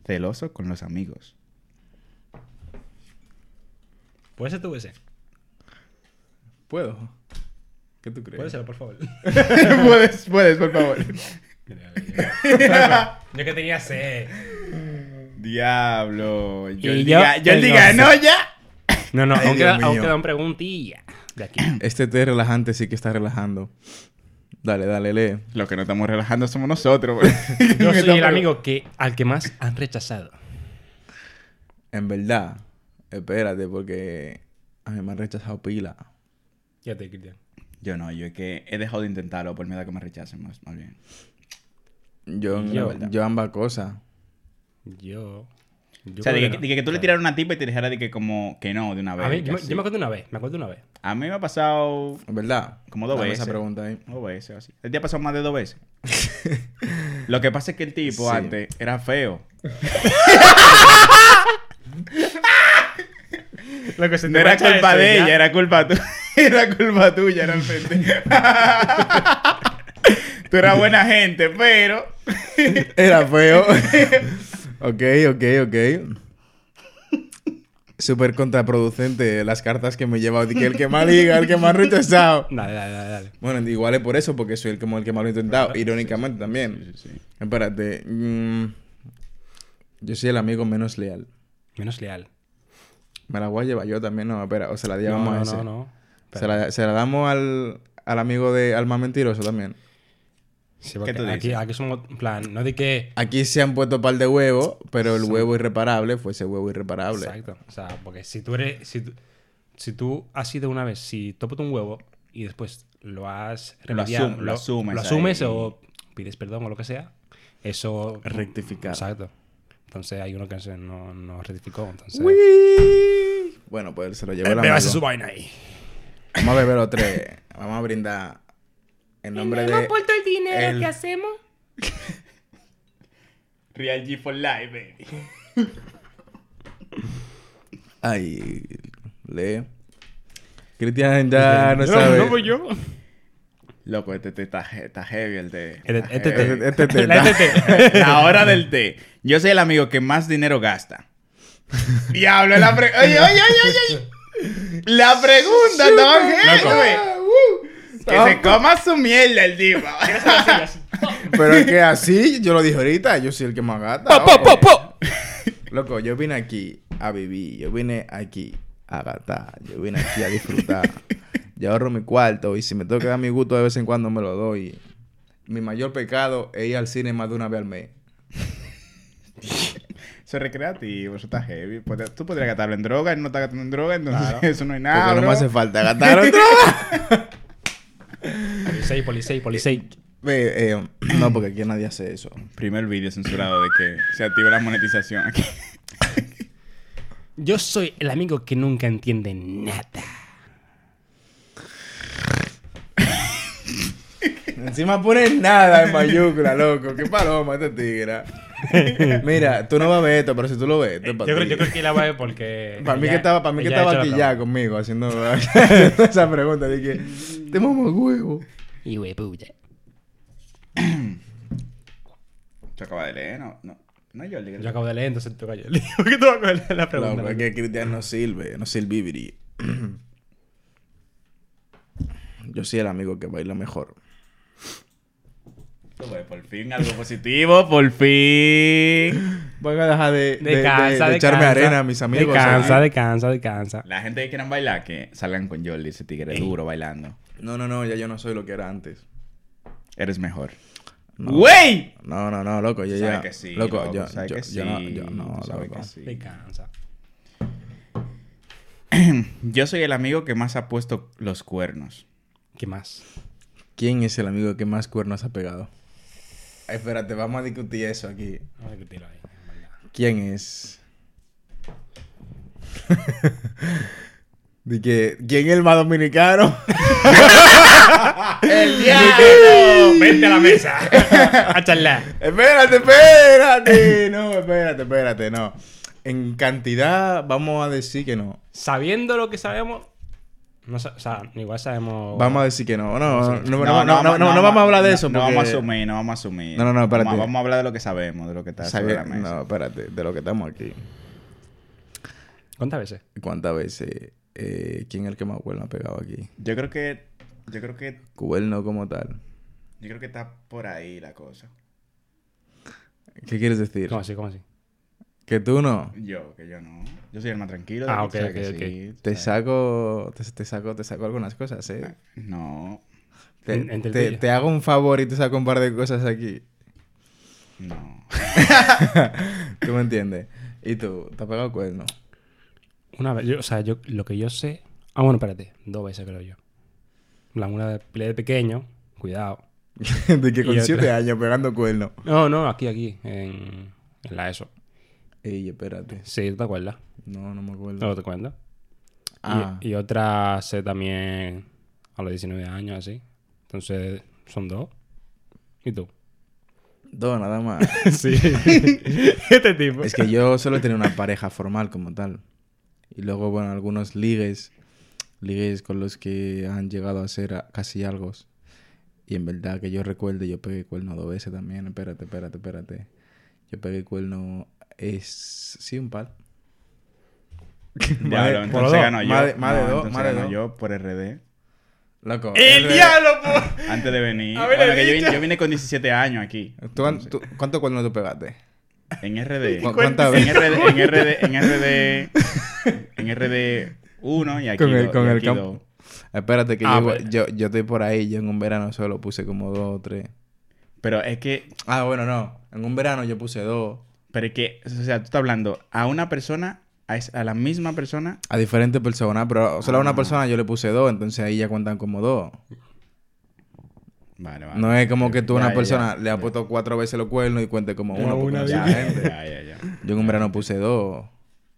F: celoso con los amigos.
E: ¿Puede ser tú ese?
D: ¿Puedo? ¿Qué tú crees?
E: Puede ser, por favor.
F: puedes, puedes, por favor.
E: Yo que tenía C.
F: Diablo. Yo
E: Y yo,
F: diga, yo
E: el
F: diga, no,
E: once.
F: ya.
E: No, no,
D: Ay,
E: aún
D: Dios
E: quedan aún
D: mío.
E: quedan preguntillas de aquí.
D: Este té relajante sí que está relajando. Dale, dale, lee.
F: Lo que no estamos relajando somos nosotros. pues. bro.
E: Yo soy el
F: Estamos-
E: amigo que, al que más han rechazado.
D: En verdad, espérate, porque a mí me han rechazado pila.
E: Ya te, Cristian.
F: Yo no, yo es que he dejado de intentarlo por miedo a que me rechacen más, más bien.
D: Yo,
E: Yo.
D: yo ambas cosas.
E: Yo. yo
F: o sea, de
E: creo
F: que,
E: no.
F: de que tú le tiraras una tipa y te dijera de que como que no, de una vez.
E: A mí,
F: que
E: yo, me-
F: así.
E: yo me acuerdo una vez, me acuerdo una vez.
F: A mí me ha pasado
D: En verdad.
F: Como dos
D: Dame esa
F: veces.
D: pregunta ahí.
F: dos veces o así. Él te ha pasado más de dos veces. Lo que pasa es que el tipo
D: Sí.
F: antes era feo.
E: Lo que se
F: No era culpa de ella, era culpa tuya. Era culpa tuya realmente. Tú eras buena gente, pero...
D: Era feo. ok, ok, ok. Súper contraproducente las cartas que me lleva. de que El que más liga, el que más rechazado.
E: Dale, dale, dale, dale.
D: Bueno, igual es por eso, porque soy el que, el que más lo he intentado. Irónicamente también. Espérate. mm, yo soy el amigo menos leal.
E: Menos leal.
D: Me la voy a llevar yo también, no, espera. O se la llevamos
E: no,
D: a
E: no,
D: ese.
E: no, no.
D: Se, la, se la damos al, al amigo de Alma Mentiroso también.
E: Sí, porque
F: tú dices?
E: Aquí, aquí somos, en plan, no de que...
D: Aquí se han puesto par de huevos, pero el huevo irreparable fue ese huevo irreparable.
E: Exacto. O sea, porque si tú eres... Si tú, si tú has sido una vez, si topas un huevo y después lo has remediado...
F: asum- lo asumes
E: Lo asumes
F: ahí.
E: o pides perdón o lo que sea, eso...
D: Rectificar.
E: Exacto. Entonces hay uno que se- no, no rectificó, entonces...
D: Uy. Bueno, pues se lo llevó el
E: Bebas
D: amigo.
E: su vaina ahí.
D: Vamos a beber los tres. Vamos a brindar. En nombre de.
G: el dinero
D: el-
G: que hacemos?
F: Real G for life, baby.
D: Ay, lee. Cristian ya no
E: Yo
D: sabe.
E: No voy yo.
F: Loco, este té está, he- está heavy el té.
E: El-
F: Está
E: este té.
F: heavy.
D: Este té
E: La
D: está-
E: NTT.
F: La hora del té. Yo soy el amigo que más dinero gasta. Diablo, la pre... Oye, oye, oye, oye, oye. La pregunta estaba heavy, güey. Que se coma su mierda el tipo.
D: Pero es que así, yo lo dije ahorita, yo soy el que más gata. ojo. Loco, yo vine aquí a vivir, yo vine aquí a gastar, yo vine aquí a disfrutar. yo ahorro mi cuarto y si me tengo que dar mi gusto de vez en cuando me lo doy. Mi mayor pecado es ir al cine más de una vez al mes.
F: Eso es recreativo, eso está heavy. Pod- Tú podrías gastarlo en droga, él no está gastando en droga, entonces eso no hay
D: Porque
F: nada.
D: no me
F: bro.
D: hace falta gastar otra vez.
E: Polisei, polisei, polisei.
D: Ve, eh, no, porque aquí nadie hace eso.
F: Primer vídeo censurado de que se active la monetización aquí.
E: Yo soy el amigo que nunca entiende nada.
D: Encima pones nada en mayúscula, loco. Qué paloma este tigre. Mira, tú no vas a ver esto, pero si tú lo ves, esto es
E: Yo
D: para
E: creo,
D: ti.
E: yo creo que la va a ver porque.
D: Para mí que
E: ella-
D: estaba, para mí que
E: ella
D: estaba
E: ha
D: aquí
E: hecho la
D: ya
E: broma.
D: conmigo haciendo, haciendo esa pregunta. Dije, te mamo huevo.
E: Y wey, puta.
F: Yo acabo de leer, no, no. No, yo
E: Yo
F: leí.
E: acabo de leer, entonces toca yo. ¿Por qué tú vas a coger la pregunta?
D: No, es que Cristian no sirve, no sirve Yo soy el amigo que baila mejor.
F: Tú ves, por fin algo positivo, por fin.
D: Voy a dejar de, de- de-
E: Descansa,
D: de echarme
E: descansa.
D: arena a mis amigos.
E: Descansa,
D: ¿eh?
E: descansa, descansa.
F: La gente que quieran bailar, que salgan con Jordi, ese tigre duro bailando.
D: No, no, no, ya yo no soy lo que era antes.
F: Eres mejor.
D: No.
F: ¡Güey!
D: No, no, no, loco, yo
F: Tú sabes
D: ya.
F: que sí,
D: loco,
F: loco,
D: yo,
F: tú sabes
D: yo-
F: que
D: yo no,
F: sí,
D: yo no,
F: tú sabes
D: loco.
F: que sí.
E: Descansa.
F: Yo soy el amigo que más ha puesto los cuernos.
E: ¿Qué más?
D: ¿Quién es el amigo que más cuernos ha pegado? Ay, espérate, vamos a discutir eso aquí.
E: Vamos a discutirlo ahí. en verdad.
D: ¿Quién es? De que, ¿quién es el más dominicano?
E: Vente a la mesa. a charlar.
D: espérate, espérate. No, espérate, espérate, no. En cantidad, vamos a decir que no.
E: Sabiendo lo que sabemos. No, sa- o sea, igual sabemos.
D: Oh. Vamos a decir que no. No, no, no, no, no, no, no vamos a hablar de eso.
F: No,
D: porque-
F: vamos a asumir, no vamos a asumir.
D: No, no, no, espérate.
F: Vamos, vamos a hablar de lo que sabemos, de lo que está sobre
D: Sabe-
F: la mesa.
D: No, espérate, de lo que estamos aquí.
E: ¿Cuántas veces?
D: ¿Cuántas veces? eh, ¿Quién es el que más cuerno ha pegado aquí?
F: Yo creo que. Yo creo que.
D: Cuerno como tal.
F: Yo creo que está por ahí la cosa.
D: ¿Qué quieres decir?
E: ¿Cómo así? ¿Cómo así?
D: Que tú no.
F: Yo, que yo no. Yo soy el más tranquilo.
E: Ah,
F: que tú sabes
E: ok, ok,
F: que
E: ok.
F: sí, tú
D: Te
F: sabes.
D: saco, te, te saco, te saco algunas cosas, eh.
F: No,
D: Te,
E: Ah, En- entre
D: te-
E: tuyo.
D: te hago un favor y te saco un par de cosas aquí.
F: no.
D: ¿Tú me entiendes? Y tú, ¿te has pegado cuerno?
E: Una vez. yo- o sea, yo, lo que yo sé. Ah, bueno, espérate. Dos veces creo yo. En plan, Una de play de pequeño. Cuidado.
D: de que
E: Y
D: con
E: otra.
D: siete años pegando cuerno.
E: No, no, aquí, aquí. En, en la ESO.
D: Ey, espérate.
E: Sí, ¿tú te acuerdas?
D: No, no me acuerdo.
E: No te cuento.
D: Ah,
E: Y, y otra sé también a los 19 años, así. Entonces, son dos. ¿Y tú?
D: dos nada más.
E: Sí. este tipo.
D: es que yo solo tenía una pareja formal como tal. Y luego, bueno, algunos ligues. Ligues con los que han llegado a ser a- casi algo. Y en verdad que yo recuerde, yo pegué cuerno dos veces también. Espérate, espérate, espérate. Yo pegué cuerno... Es... Sí, un par.
F: Diablo,
D: por
F: entonces
D: dos,
F: ganó yo.
D: más de- más de
F: No,
D: dos,
F: entonces
D: más de
F: ganó
D: dos.
F: yo por RD.
D: Loco.
E: ¡El
D: R-
E: diablo,
F: Antes de venir.
E: ver,
F: Bueno,
E: le
F: que yo
E: dicho.
F: vine, yo vine con 17 años aquí.
D: Ah, ¿Tú cuán- tú- ¿Cuánto cuerno tú pegaste?
F: En RD.
D: ¿Cu- ¿Cuántas
F: En
D: veces?
F: RD, en RD, en RD, en RD 1 y aquí
D: Con el-
F: dos,
D: con
F: y
D: el
F: aquí
D: campo.
F: dos.
D: Espérate que
E: Ah,
D: yo,
E: pues.
D: yo, yo estoy por ahí. Yo en un verano solo puse como dos o tres.
F: Pero es que,
D: Ah, bueno, no. En un verano yo puse dos.
F: pero es que, o sea, tú estás hablando a una persona, a, es- a la misma persona.
D: A diferentes personas, pero solo a
F: Ah.
D: una persona yo le puse dos, entonces ahí ya cuentan como dos.
F: Vale, vale.
D: No es como que tú a
F: Ya,
D: una
F: ya,
D: persona
F: ya.
D: le has puesto cuatro veces los cuernos y cuente como uno. porque no sé
F: Ya,
D: la gente.
F: ya, ya, ya.
D: Yo en un verano puse dos.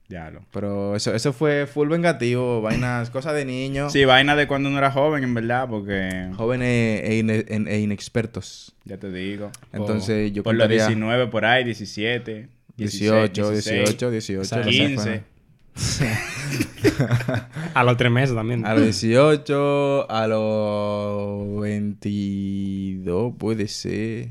F: Ya lo.
D: Pero eso, eso fue full vengativo, vainas, cosas de niños,
F: Sí, vaina de cuando uno era joven, en verdad, porque
D: jóvenes e, ine- en- e inexpertos.
F: ya te digo.
D: Entonces yo
F: Oh, por los
D: contaría
F: 19 por ahí, 17,
D: 18,
F: 16,
D: 18, 18.
E: O sea,
F: 15.
E: A los tres meses también.
D: A los 18, a los 22, puede ser.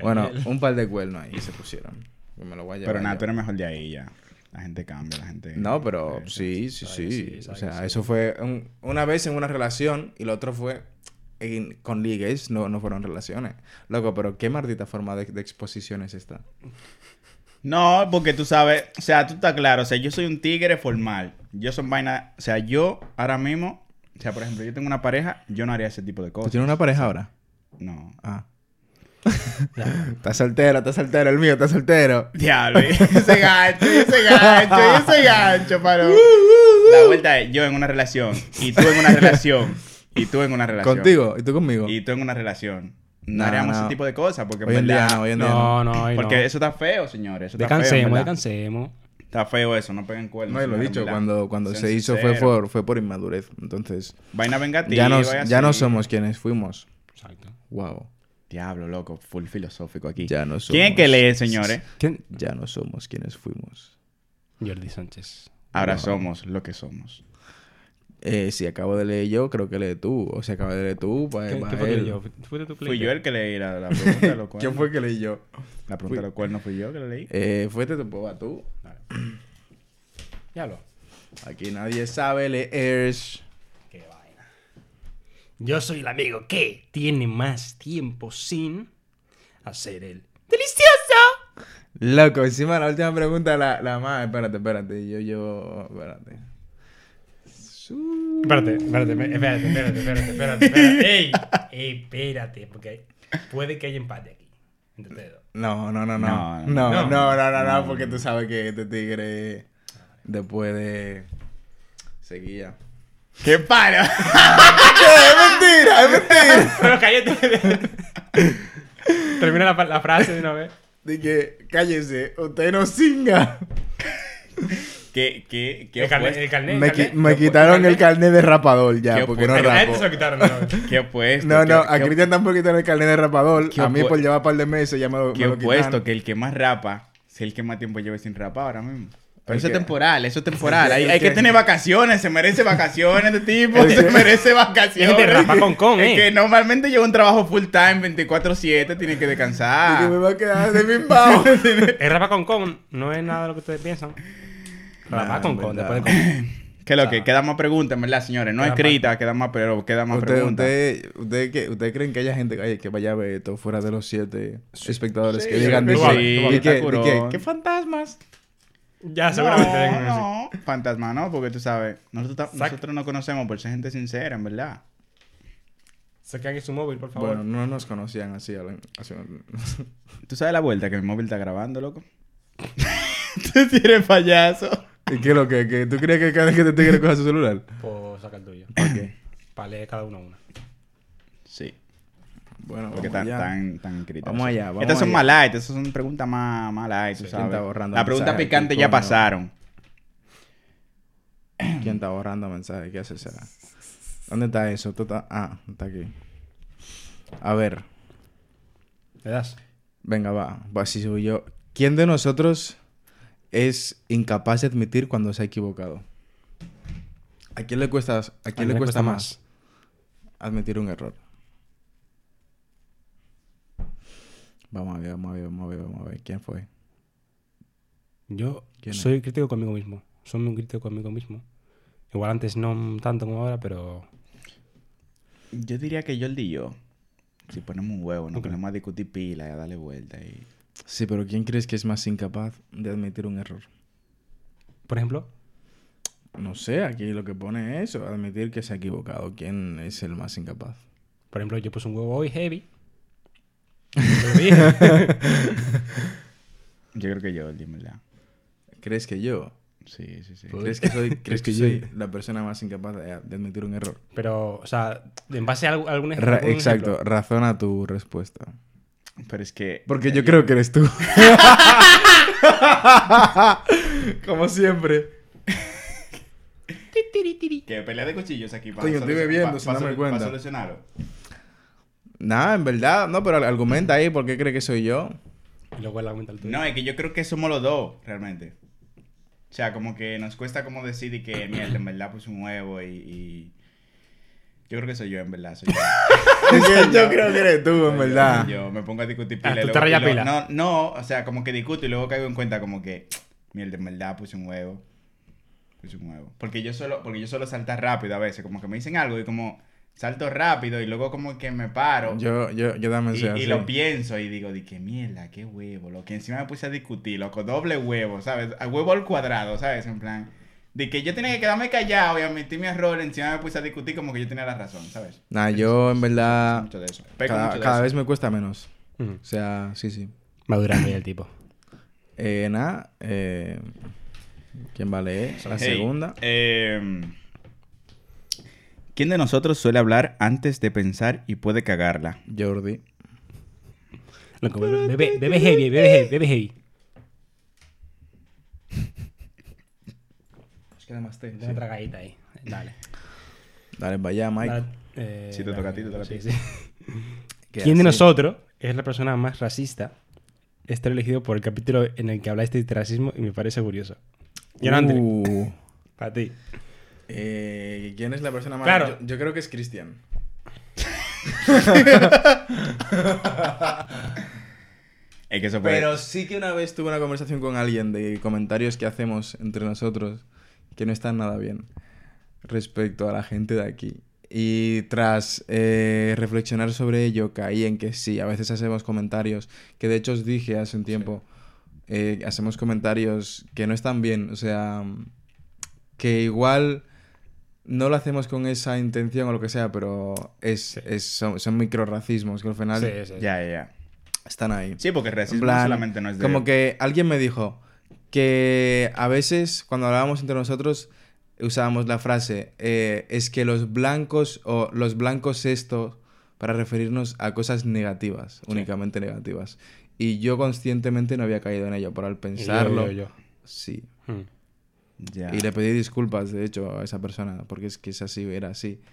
D: Bueno, un par de cuernos ahí se pusieron. Y Me lo voy a llevar
F: Pero nada,
D: yo.
F: tú eres mejor de ahí ya. La gente cambia, la gente.
D: No, pero sí, sí,
E: sabe que
D: sí.
E: sí,
D: O
E: sabe que
D: sea,
E: sí.
D: eso fue un- una vez en una relación y lo otro fue en- con ligues, no, no fueron relaciones. Loco, pero qué maldita forma de, de exposición es esta.
F: No, porque tú sabes, o sea, tú estás claro, o sea, yo soy un tigre formal. Yo soy vaina, o sea, yo ahora mismo, o sea, por ejemplo, yo tengo una pareja, yo no haría ese tipo de
D: ¿Tú
F: cosas.
D: tienes una pareja ahora?
F: No.
D: Ah. Está soltero, está soltero, el mío está soltero.
F: Diablo, y ese gancho, y ese gancho, y ese gancho, paro. La vuelta es yo en una relación y tú en una relación y tú en una relación.
D: ¿Contigo? ¿Y tú conmigo?
F: Y tú en una relación. No,
D: No,
F: haríamos
D: no.
F: ese tipo de cosas porque en
D: Hoy en día
F: verdad-
D: no, hoy en día no.
E: No, no, hoy no.
F: porque eso está feo, señores. Eso está feo, en
E: Descansemos,
F: verdad.
E: descansemos.
F: Está feo eso, no peguen cuernos.
D: No, y lo
F: señores,
D: he
F: en
D: dicho,
F: verdad.
D: cuando, cuando
F: Sean
D: se hizo fue
F: sinceros.
D: por, fue por inmadurez. Entonces,
F: Vaina vengativa.
D: ya, nos,
F: y
D: ya no
F: así.
D: somos quienes fuimos.
E: Exacto.
D: Wow.
F: Diablo, loco, full filosófico aquí.
D: Ya no somos.
F: ¿Quién es que lee, señores?
E: ¿Quién?
D: Ya no somos quienes fuimos.
E: Jordi Sánchez.
F: Ahora somos lo que somos.
D: Eh, si acabo de leer yo, creo que lees tú. O si acabo de leer tú, pues
E: ¿Qué,
D: va
E: qué fue que
D: él.
E: leyó? ¿Fuiste tú que
F: Fui
E: leíste?
F: yo el que leí la, la pregunta de los cuernos.
D: ¿Quién fue que leí yo?
F: La pregunta de los cuernos fui yo que la leí.
D: Eh, fuiste tu poba tú.
E: Ya lo.
D: Aquí nadie sabe leer.
E: Yo soy el amigo que tiene más tiempo sin a ser él.
D: Loco, encima la última pregunta, la, la más. Espérate, espérate. Yo, yo. Espérate.
E: Espérate, espérate, espérate, espérate, espérate, espérate, espérate, espérate. Ey, ey, espérate, porque puede que haya empate aquí. Entre ustedes dos.
D: No, no, no, no.
F: No,
D: No, no, no,
E: no.
D: no, no, no, porque tú sabes que este tigre. Después de. Seguía.
F: ¡Qué paro!
D: ¡Es mentira! ¡Es mentira!
E: Pero cállate. Termina la, la frase de una vez.
D: Dije, cállese, usted no singa.
F: ¿Qué, qué, qué
E: El carnet,
F: opuesto?
E: el carnet.
D: Me,
E: el
D: qui-
E: carnet.
D: me quitaron el carnet de rapador ya,
F: Qué
D: porque no
E: El carnet se lo
D: rapo.
E: quitaron. ¿no?
F: ¿Qué opuesto?
D: No,
F: ¿Qué-
D: no, a
F: qué-
D: Cristian tampoco quitaron el carnet de rapador.
F: qué
D: A mí
F: opu-
D: por llevar un par de meses ya me lo, me
F: Qué
D: lo
F: opuesto
D: quitaron.
F: que el que más rapa sea el que más tiempo lleve sin rapar ahora mismo. Pero
D: El
F: eso es
D: que-
F: temporal, eso es temporal.
D: el
F: Hay,
D: que-
F: hay que tener vacaciones, se merece vacaciones este tipo,
D: El
F: se
D: que-
F: merece
E: Es
F: vacaciones.
E: de Rafa Concón,
F: Es
E: eh.
F: que normalmente lleva un trabajo full time, 24-7, tiene que
D: Y que me
F: descansar.
D: va a quedar de bimbao.
E: Es Rafa Concón, no es nada de lo que ustedes piensan. Rafa
D: en
E: Concón,
D: verdad.
E: después de Concón.
F: Que lo que, quedan más preguntas, ¿verdad, señores? No
E: Queda más-
F: escritas, quedan más, pero quedan más
D: ¿Ustedes
F: preguntas.
D: usted, usted, que- usted creen que haya gente que, que vaya a ver esto fuera de los siete espectadores
F: Sí,
D: que
F: yo
D: digan
F: creo
D: de
F: que
D: que,
F: sí,
D: de
F: tú vas a
D: que-
F: estar
D: de que-
F: curón.
D: ¿qué fantasmas?
E: Ya, seguramente
F: no,
E: vengan así.
F: no, fantasma no, porque tú sabes, nosotros, ta-
E: Sac-
F: nosotros no conocemos por ser gente sincera, en verdad.
E: Saquen aquí su móvil, por favor.
D: Bueno, no nos conocían así. Alan, así-
F: ¿Tú sabes la vuelta que mi móvil está grabando, loco? tú sí eres payaso.
D: ¿Y qué es lo que, que- ¿Tú crees que cada vez que te tigre coja su celular?
E: Pues saca el tuyo. Para leer cada uno una.
F: Sí,
D: Bueno,
F: porque
D: vamos
F: están
D: allá.
F: tan, tan críticos.
D: Vamos allá, vamos
F: Estas son
D: allá.
F: más light, estas son preguntas más, más light, tú
D: Sí.
F: sabes.
D: Está borrando
F: Las preguntas
D: mensajes,
F: picantes
D: qué
F: ya
D: coño.
F: pasaron.
D: ¿Quién está borrando mensajes? ¿Qué hace será? ¿Dónde está eso? Esto está- Ah, está aquí. A ver,
E: ¿Le das?
D: venga, va. va, Así soy yo. ¿Quién de nosotros es incapaz de admitir cuando se ha equivocado? ¿A quién le cuesta, a quién le cuesta más admitir un error? Vamos a ver, vamos a ver, vamos a ver, vamos a ver. ¿Quién fue?
E: Yo
D: ¿Quién es?
E: soy crítico conmigo mismo. Soy muy crítico conmigo mismo. Igual antes no tanto como ahora, pero.
F: Yo diría que yo el di yo. Si ponemos un huevo, nos
E: Ok.
F: ponemos a discutir pila y a darle vuelta. Y...
D: Sí, pero ¿quién crees que es más incapaz de admitir un error?
E: Por ejemplo,
D: No sé, aquí lo que pone es eso, admitir que se ha equivocado. ¿Quién es el más incapaz?
E: por ejemplo, yo puse un huevo hoy heavy. Te lo dije.
F: Yo creo que yo el di, en ¿verdad?
D: ¿Crees que yo?
F: Sí, sí, sí.
D: ¿Crees que soy, crees Pues que
E: que
D: soy la persona más incapaz de, de admitir un error?
E: pero, o sea, en base a algún, algún ej-
D: Ra-
E: algún
D: exacto,
E: ejemplo.
D: razona tu respuesta.
F: Pero es que...
D: Porque yo creo que eres tú. Como siempre.
F: Que pelea de cuchillos aquí. para
D: Coño, estoy
F: solu-
D: bebiendo,
F: pa-
D: sin
F: pa-
D: darme
F: solu-
D: cuenta.
F: pa' solucionarlo.
D: Nada, en verdad, no, pero argumenta ahí, ¿por qué cree que soy yo?
E: Y luego él aumenta el tuyo.
F: No, es que yo creo que somos los dos, realmente. O sea, como que nos cuesta como decir y que, mierda, en verdad puse un huevo y, y- Yo creo que soy yo, en verdad, soy yo.
D: Es que yo creo que eres tú, en
F: Soy yo,
D: verdad.
F: soy Yo, me pongo a discutir
E: Ah,
F: pila. y
E: tú te
F: luego-
E: rayas
F: y luego-
E: pila.
F: No, no, o sea, como que discuto y luego caigo en cuenta como que, mierda, en verdad puse un huevo. Puse un huevo. Porque yo solo, porque yo solo salta rápido a veces, como que me dicen algo y como salto rápido y luego como que me paro.
D: Yo, yo, yo también
F: Y,
D: soy
F: y
D: así.
F: lo pienso y digo, de que mierda, qué huevo, lo que encima me puse a discutir, loco, doble huevo, ¿sabes? A huevo al cuadrado, ¿sabes? En plan, de que yo tenía que quedarme callado y admitir mi error, encima me puse a discutir como que yo tenía la razón, ¿sabes?
D: Nah, yo en
F: Peco
D: verdad
F: mucho de eso. Peco mucho
D: Ah, cada,
F: de
D: cada
F: eso.
D: vez me cuesta menos.
E: Ujú.
D: O sea, sí, sí.
E: Madurando ya Mm. el tipo.
D: Eh, nada, eh, ¿quién va a leer? La
F: Hey,
D: segunda.
F: em, ¿Quién de nosotros suele hablar antes de pensar y puede cagarla?
D: Jordi.
E: Loco, bebe, bebe- bebe heavy, bebe heavy, bebe heavy.
D: Es que además te.
E: Dame otra galleta ahí. Dale.
D: Dale para allá, Mike.
E: Dale, eh,
F: Sí, te toca a ti, te toca a ti.
E: sí, sí.
D: Que
E: ¿Quién
D: así-
E: de nosotros es la persona más racista? Estar elegido por el capítulo en el que hablaste de racismo y me parece curioso. Jonante,
D: Uh,
E: para ti.
D: eh, ¿Quién es la persona más?
E: Claro.
D: Yo, yo creo que es Cristian.
F: Es que eso puede...
E: pues-
D: Pero sí que una vez tuve una conversación con alguien de comentarios que hacemos entre nosotros que no están nada bien respecto a la gente de aquí. Y tras eh, reflexionar sobre ello, caí en que sí, a veces hacemos comentarios, que de hecho os dije hace un tiempo, eh, hacemos comentarios que no están bien, o sea, que igual no lo hacemos con esa intención o lo que sea, pero es, es- son, son microrracismos que al final
E: Sí, sí.
F: Ya, ya, ya.
D: están ahí.
F: Sí, porque el
D: En
F: racismo
D: plan,
F: solamente no es de...
D: Como que alguien me dijo que a veces cuando hablábamos entre nosotros usábamos la frase eh, es que los blancos o los blancos esto para referirnos a cosas negativas, únicamente negativas. Y yo conscientemente no había caído en ello, pero al pensarlo,
E: Yo, yo,
D: sí.
E: yo. Hmm.
F: Ya.
D: Y le pedí disculpas, de hecho, a esa persona, porque es que es así, era así.
F: Sí,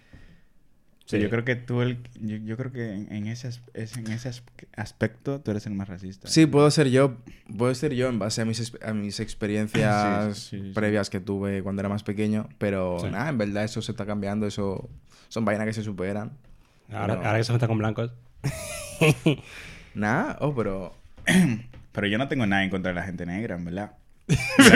E: Sí.
F: yo creo que tú, el, yo, yo creo que en, en ese, as- es- en ese as- aspecto tú eres el más racista.
D: Sí, puedo ser yo, puedo ser yo en base a mis, ex- a mis experiencias
F: Sí, sí, sí, sí.
D: previas que tuve cuando era más pequeño, pero
E: Sí.
D: nada, en verdad eso se está cambiando, eso son vainas que se superan.
E: Ahora,
D: Pero-
E: ahora que se junta con blancos.
D: Nada, oh, pero
F: Pero yo no tengo nada en contra de la gente negra, en verdad.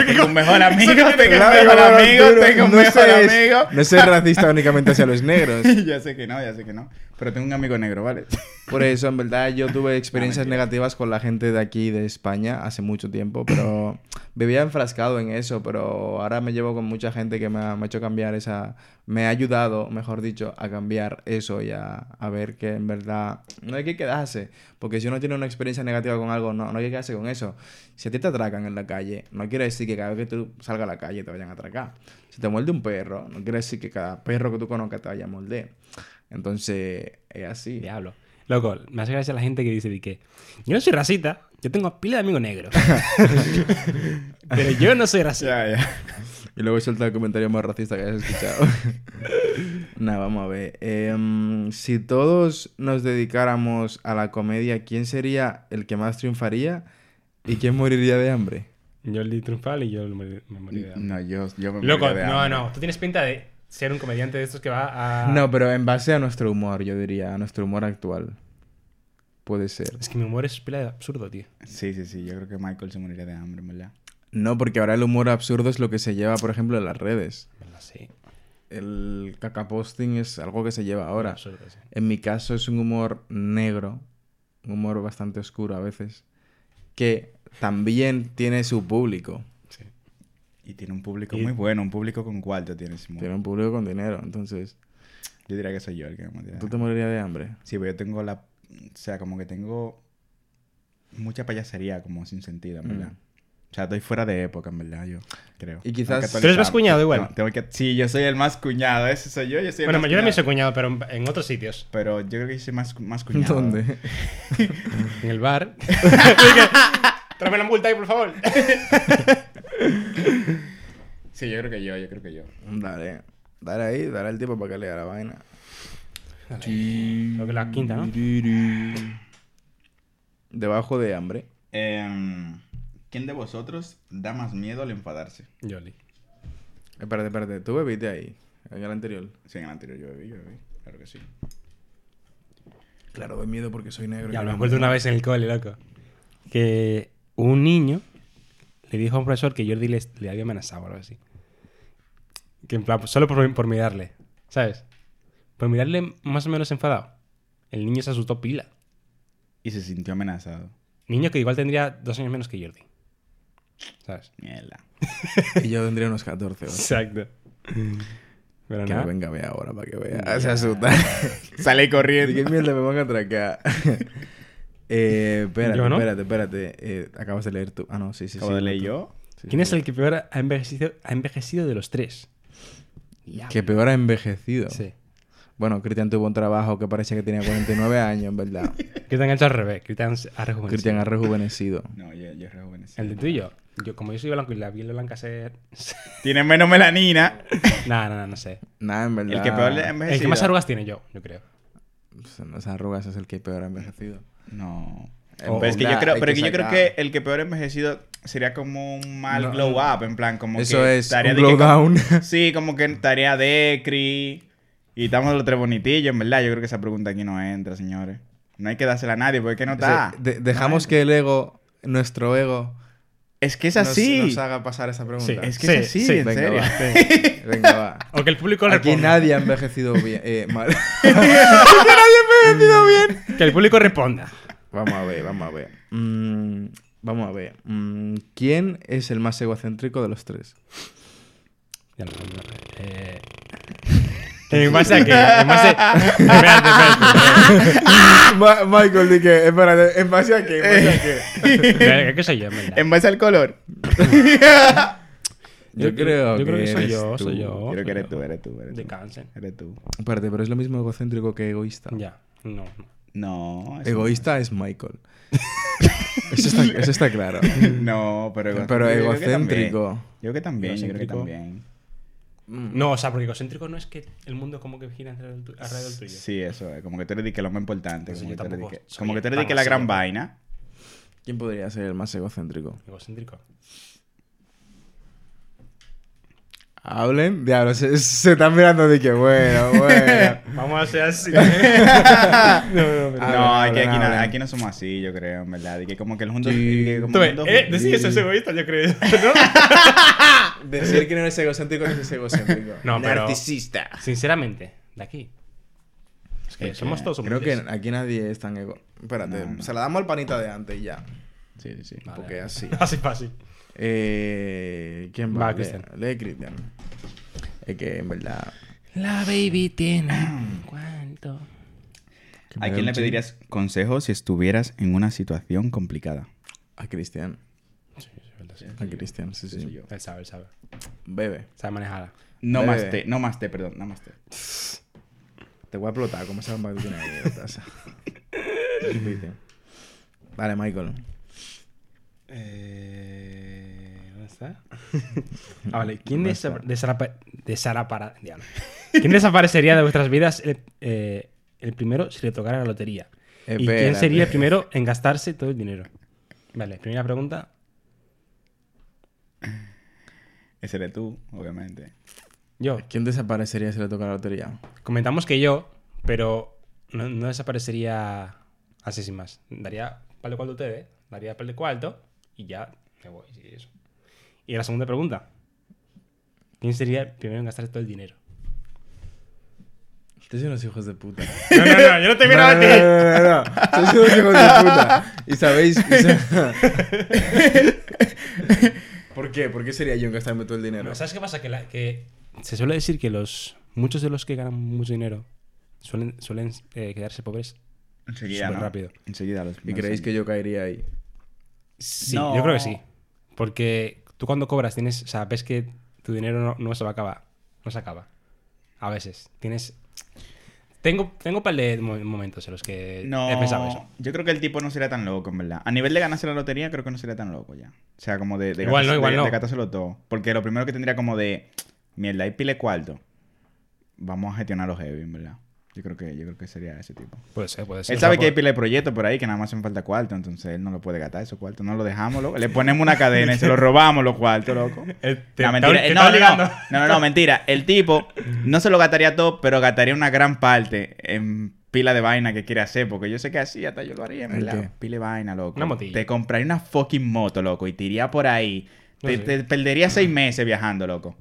F: tengo un mejor amigo, tengo un
D: Claro,
F: mejor
D: claro,
F: amigo,
D: Arturo,
F: tengo un
D: no
F: mejor
D: seas-
F: amigo.
D: No soy racista únicamente hacia los negros.
F: ya sé que no, ya sé que no. Pero tengo un amigo negro, ¿vale?
D: Por eso, en verdad, yo tuve experiencias
F: mentira.
D: negativas con la gente de aquí, de España, hace mucho tiempo, pero vivía enfrascado en eso, pero ahora me llevo con mucha gente que me ha, me ha hecho cambiar esa... Me ha ayudado, mejor dicho, a cambiar eso y a, a ver que en verdad no hay que quedarse, porque si uno tiene una experiencia negativa con algo, no, no hay que quedarse con eso. Si a ti te atracan en la calle, no quiere decir que cada vez que tú salgas a la calle te vayan a atracar. Si te muerde un perro, no quiere decir que cada perro que tú conozcas te vaya a morder. Entonces, es así.
E: Diablo. Loco, me hace gracia la gente que dice de que yo no soy racista, yo tengo pila de amigos negros. Pero yo no soy racista.
F: ya, ya.
D: Y luego suelta el comentario más racista que hayas escuchado. Nada, vamos a ver. Em, si todos nos dedicáramos a la comedia, ¿quién sería el que más triunfaría y quién moriría de hambre?
E: Yo el triunfal y yo me, me morí de hambre.
F: No, yo, yo me
E: Loco,
F: moría de
E: no,
F: hambre.
E: no. Tú tienes pinta de ser un comediante de estos que va a.
D: No, pero en base a nuestro humor, yo diría, a nuestro humor actual. Puede ser.
E: Es que mi humor es pila de absurdo, tío.
F: Sí, sí, sí. Yo creo que Michael se moriría de hambre, en ¿verdad?
D: No, porque ahora el humor absurdo es lo que se lleva, por ejemplo, en las redes.
E: Me la sé.
D: El cacaposting es algo que se lleva ahora.
E: Absurdo, sí.
D: En mi caso es un humor negro, un humor bastante oscuro a veces, que también tiene su público.
F: Y tiene un público
E: Y-
F: muy bueno, un público con cuarto tiene Simón.
D: Tiene un público con dinero, entonces,
F: Yo diría que soy yo el que me moriría. de
D: ¿tú te
F: hambre.
D: morirías de hambre?
F: Sí, pero yo tengo la... O sea, como que tengo mucha payasería como sin sentido, en ¿verdad?
D: Mm.
F: O sea, estoy fuera de época, en verdad, yo creo.
D: Y quizás-
F: Tengo que
D: Tú
E: eres más
F: actualizarme.
E: cuñado igual.
F: No, tengo que- Sí, yo soy el más cuñado, ese soy yo, yo soy el
E: Bueno,
F: más
E: yo también soy
F: cuñado.
E: cuñado, pero en- en otros sitios.
F: Pero yo creo que soy más, más cuñado.
D: ¿Dónde?
E: En el bar. Tráeme la multa ahí, por favor.
F: Sí, yo creo que yo, yo creo que yo.
D: Dale, dale ahí, dale el tiempo para que lea la vaina.
E: Creo que la quinta, ¿no?
D: Debajo de hambre.
F: Em, ¿Quién de vosotros da más miedo al enfadarse?
E: Yoli.
D: Espérate, espérate, tú bebiste ahí, en el anterior.
F: Sí, en el anterior yo bebí, yo bebí. Claro que sí.
D: Claro, doy miedo porque soy negro.
E: Ya me acuerdo una vez en el cole, loco. Que un niño le dijo a un profesor que Jordi le, le había amenazado o algo así. Que en plan, solo por, por mirarle, ¿sabes? Por mirarle más o menos enfadado. El niño se asustó pila.
F: Y se sintió amenazado.
E: Niño que igual tendría dos años menos que Jordi. ¿Sabes?
F: Mierda.
D: Y yo tendría unos 14 horas.
E: Exacto. Pero
D: Que
E: no.
D: me venga a ver ahora para que vea. Se asusta.
F: Sale
D: ¿De qué
F: corriendo.
D: mierda me van a atracar? eh, espérate,
E: Yo no.
D: espérate, espérate. Eh, acabas de leer tú. Ah, no, sí, sí.
F: Acabo
D: sí,
F: de
D: tú.
F: leer yo.
D: Sí,
E: ¿Quién
D: sí.
E: es el que peor ha envejecido, ha envejecido de los tres?
D: Que peor ha envejecido.
E: Sí.
D: Bueno, Cristian tuvo un trabajo que parecía que tenía 49 años, en verdad.
E: Cristian ha hecho al revés. Cristian ha
F: Pues
E: rejuvenecido.
D: Cristian ha rejuvenecido.
F: No, yo, yo rejuvenecí.
E: El de tuyo. Yo, como yo soy blanco y la piel blanca se...
F: Tiene menos melanina.
E: no, no, no, no sé.
D: Nada, en verdad.
F: El que peor le ha em- envejecido.
E: El que más arrugas tiene yo, yo creo.
D: Pues, en Las arrugas es el que peor ha envejecido.
F: No.
D: En
F: pero Oh, es que yo
D: verdad,
F: creo,
D: Oh, hay
F: pero es que yo creo
D: sacar-
F: que el que peor envejecido sería como un mal
D: No.
F: glow up, en plan, como
D: Eso
F: que
D: es,
F: tarea
D: un
F: de que
D: glow down.
F: como- sí, como que tarea de cri. Y estamos los tres bonitillos, en verdad. Yo creo que esa pregunta aquí no entra, señores. No hay que dársela a nadie porque es que no
D: O sea,
F: está.
D: de- dejamos que el ego, nuestro ego,
F: Es que es
D: Nos-
F: así.
D: Nos, haga pasar esa pregunta.
E: Sí,
F: Es que
E: Sí,
F: es así,
E: sí.
F: en
D: Venga,
F: serio.
D: va. Sí. Venga, va.
E: O que el público
D: Aquí
E: responda.
D: nadie ha envejecido bien. eh, mal.
E: Que el público responda.
D: Vamos a ver, vamos a ver. Mm, vamos a ver. Mm, ¿Quién es el más egocéntrico de los tres?
E: Ya no, no, eh, ¿En base a qué? En base... Espérate, espérate.
D: Ma- Michael, di que, espérate, ¿en base a qué? ¿En base a qué?
E: espérate. ¿Qué soy yo, en verdad?
F: En base al color.
D: Yo, creo
E: yo
D: que,
E: creo que soy
D: eres
E: yo,
D: tú.
E: soy yo.
F: Creo que
E: soy
F: eres
E: yo.
F: tú, eres tú, eres tú.
E: Descansen.
F: Eres tú.
D: Espérate, pero es lo mismo egocéntrico que egoísta.
E: Ya, no.
F: No. eso-
D: Egoísta es Michael. eso, está, eso está claro.
F: No, pero egocéntrico.
D: Pero
F: yo creo que también. Yo creo
D: egocéntrico. Mm,
F: que también, yo creo que
E: Egocéntrico.
F: también.
E: No, o sea, porque egocéntrico no es que el mundo como que gira alrededor tu- alrededor tuyo.
F: Sí, eso es. Como que tú eres de que lo más importante.
E: Pues
F: Como
E: yo
F: que tú eres de
E: tampoco
F: que-
E: soy
F: como que tú eres de
E: tan
F: que la
E: así,
F: gran
E: ¿no?
F: vaina.
D: ¿Quién podría ser el más egocéntrico?
E: Egocéntrico.
D: Hablen, diablo, se, se están mirando de que bueno, bueno.
E: Vamos a hacer así. no, no, pero...
D: Ah,
F: No, es
D: hablen,
F: que aquí, no-
D: hablen.
F: aquí no somos así, yo creo, en verdad. Y que como que el mundo.
D: Sí.
F: que como
E: Tú
F: el
E: ves,
F: mundo-
E: eh, decir eso es egoísta, yo creo. ¿no?
D: Decir que no eres egocéntrico no es egocéntrico.
E: No, pero-
D: Narcisista.
E: Sinceramente, de aquí. Es que
F: Es que
E: somos todos
D: Creo
E: humildes.
D: que aquí nadie es tan ego. Espérate,
F: No, no.
D: se la damos al panita de antes y ya.
F: Sí, sí, sí.
E: Vale.
D: Porque así.
E: Así fácil.
D: Eh, ¿Quién
E: Va,
D: va?
E: Cristian.
D: Lee, lee Cristian. Es que en verdad.
E: La baby tiene. ¿Cuánto?
D: que me
F: ¿A
D: dé
F: quién
D: un
F: le
D: chin.
F: pedirías consejo si estuvieras en una situación complicada?
D: A Cristian.
E: Sí, sí, verdad, sí.
D: A Cristian, sí, sí.
E: Él sabe, él sabe.
D: Bebe.
E: Sabe manejarla.
F: No
D: Bebe.
F: más té, no más té, perdón, no más té.
D: Te voy a explotar. ¿Cómo se llama que tiene ahí en la taza? Dale, Michael.
E: Eh, ¿Dónde está? Ah, vale. ¿Quién desa- desarapa- desarapara- diablo. ¿Quién desaparecería de vuestras vidas el, eh, el primero si le tocara la lotería? ¿Y quién
D: Espérate.
E: sería el primero en gastarse todo el dinero? Vale, primera pregunta.
F: Ese eres tú, obviamente.
E: Yo.
D: ¿Quién desaparecería si le toca la lotería?
E: Comentamos que yo, pero no, no desaparecería así sin más. Daría pal de cuarto a ustedes, daría pal de cuarto y ya me voy. sí, eso. Y la segunda pregunta. ¿Quién sería el primero en gastar todo el dinero?
D: Ustedes son unos hijos de puta.
E: No, no, no, yo no te miro a
D: no,
E: ti.
D: no, no, no, no. Ustedes son unos hijos de puta. Y sabéis. y sa- ¿Por qué? ¿Por qué sería yo en gastarme todo el dinero?
E: Pero, ¿Sabes qué pasa? Que, la- que se suele decir que los muchos de los que ganan mucho dinero suelen, suelen eh, quedarse pobres.
F: Enseguida,
E: Súper
F: ¿no?
E: rápido.
F: Enseguida los
D: ¿Y creéis que yo caería ahí?
E: Sí, yo creo que sí. Porque tú cuando cobras tienes, o sea, ves que tu dinero no, no se va a acabar, no se acaba. A veces tienes tengo tengo par de mo- momentos en los que
F: No,
E: he pensado Eh, eso.
F: yo creo que el tipo no sería tan loco, en verdad. A nivel de ganarse la lotería, creo que no sería tan loco ya. O sea, como de, de
E: Igual
F: gastarse-
E: no, igual
F: de-
E: no.
F: de gastárselo todo. Porque lo primero que tendría como de, mierda, y pile cuarto. Vamos a gestionar los heavy, en verdad. Yo creo que, yo creo que sería ese tipo.
E: Puede ser, puede ser.
F: Él
E: O sea,
F: sabe que hay
E: por-
F: pila de proyectos por ahí que nada más hacen falta cuarto, entonces él no lo puede gastar esos cuartos. No lo dejamos, loco. Le ponemos una cadena y se lo robamos los cuartos, loco.
E: Eh, te-
F: no,
E: te-
F: mentira.
E: te
F: Eh, no, no,
E: estaba
F: no,
E: ligando.
F: no, no, no, mentira. El tipo no se lo gastaría todo, pero gastaría una gran parte en pila de vaina que quiere hacer, porque yo sé que así hasta yo lo haría, en
D: ¿El
F: verdad.
D: qué?
F: Pila de vaina, loco.
E: Una motilla.
F: Te compraría una fucking moto, loco, y te iría por ahí.
E: No
F: Te,
E: sé.
F: te perdería seis meses viajando, loco.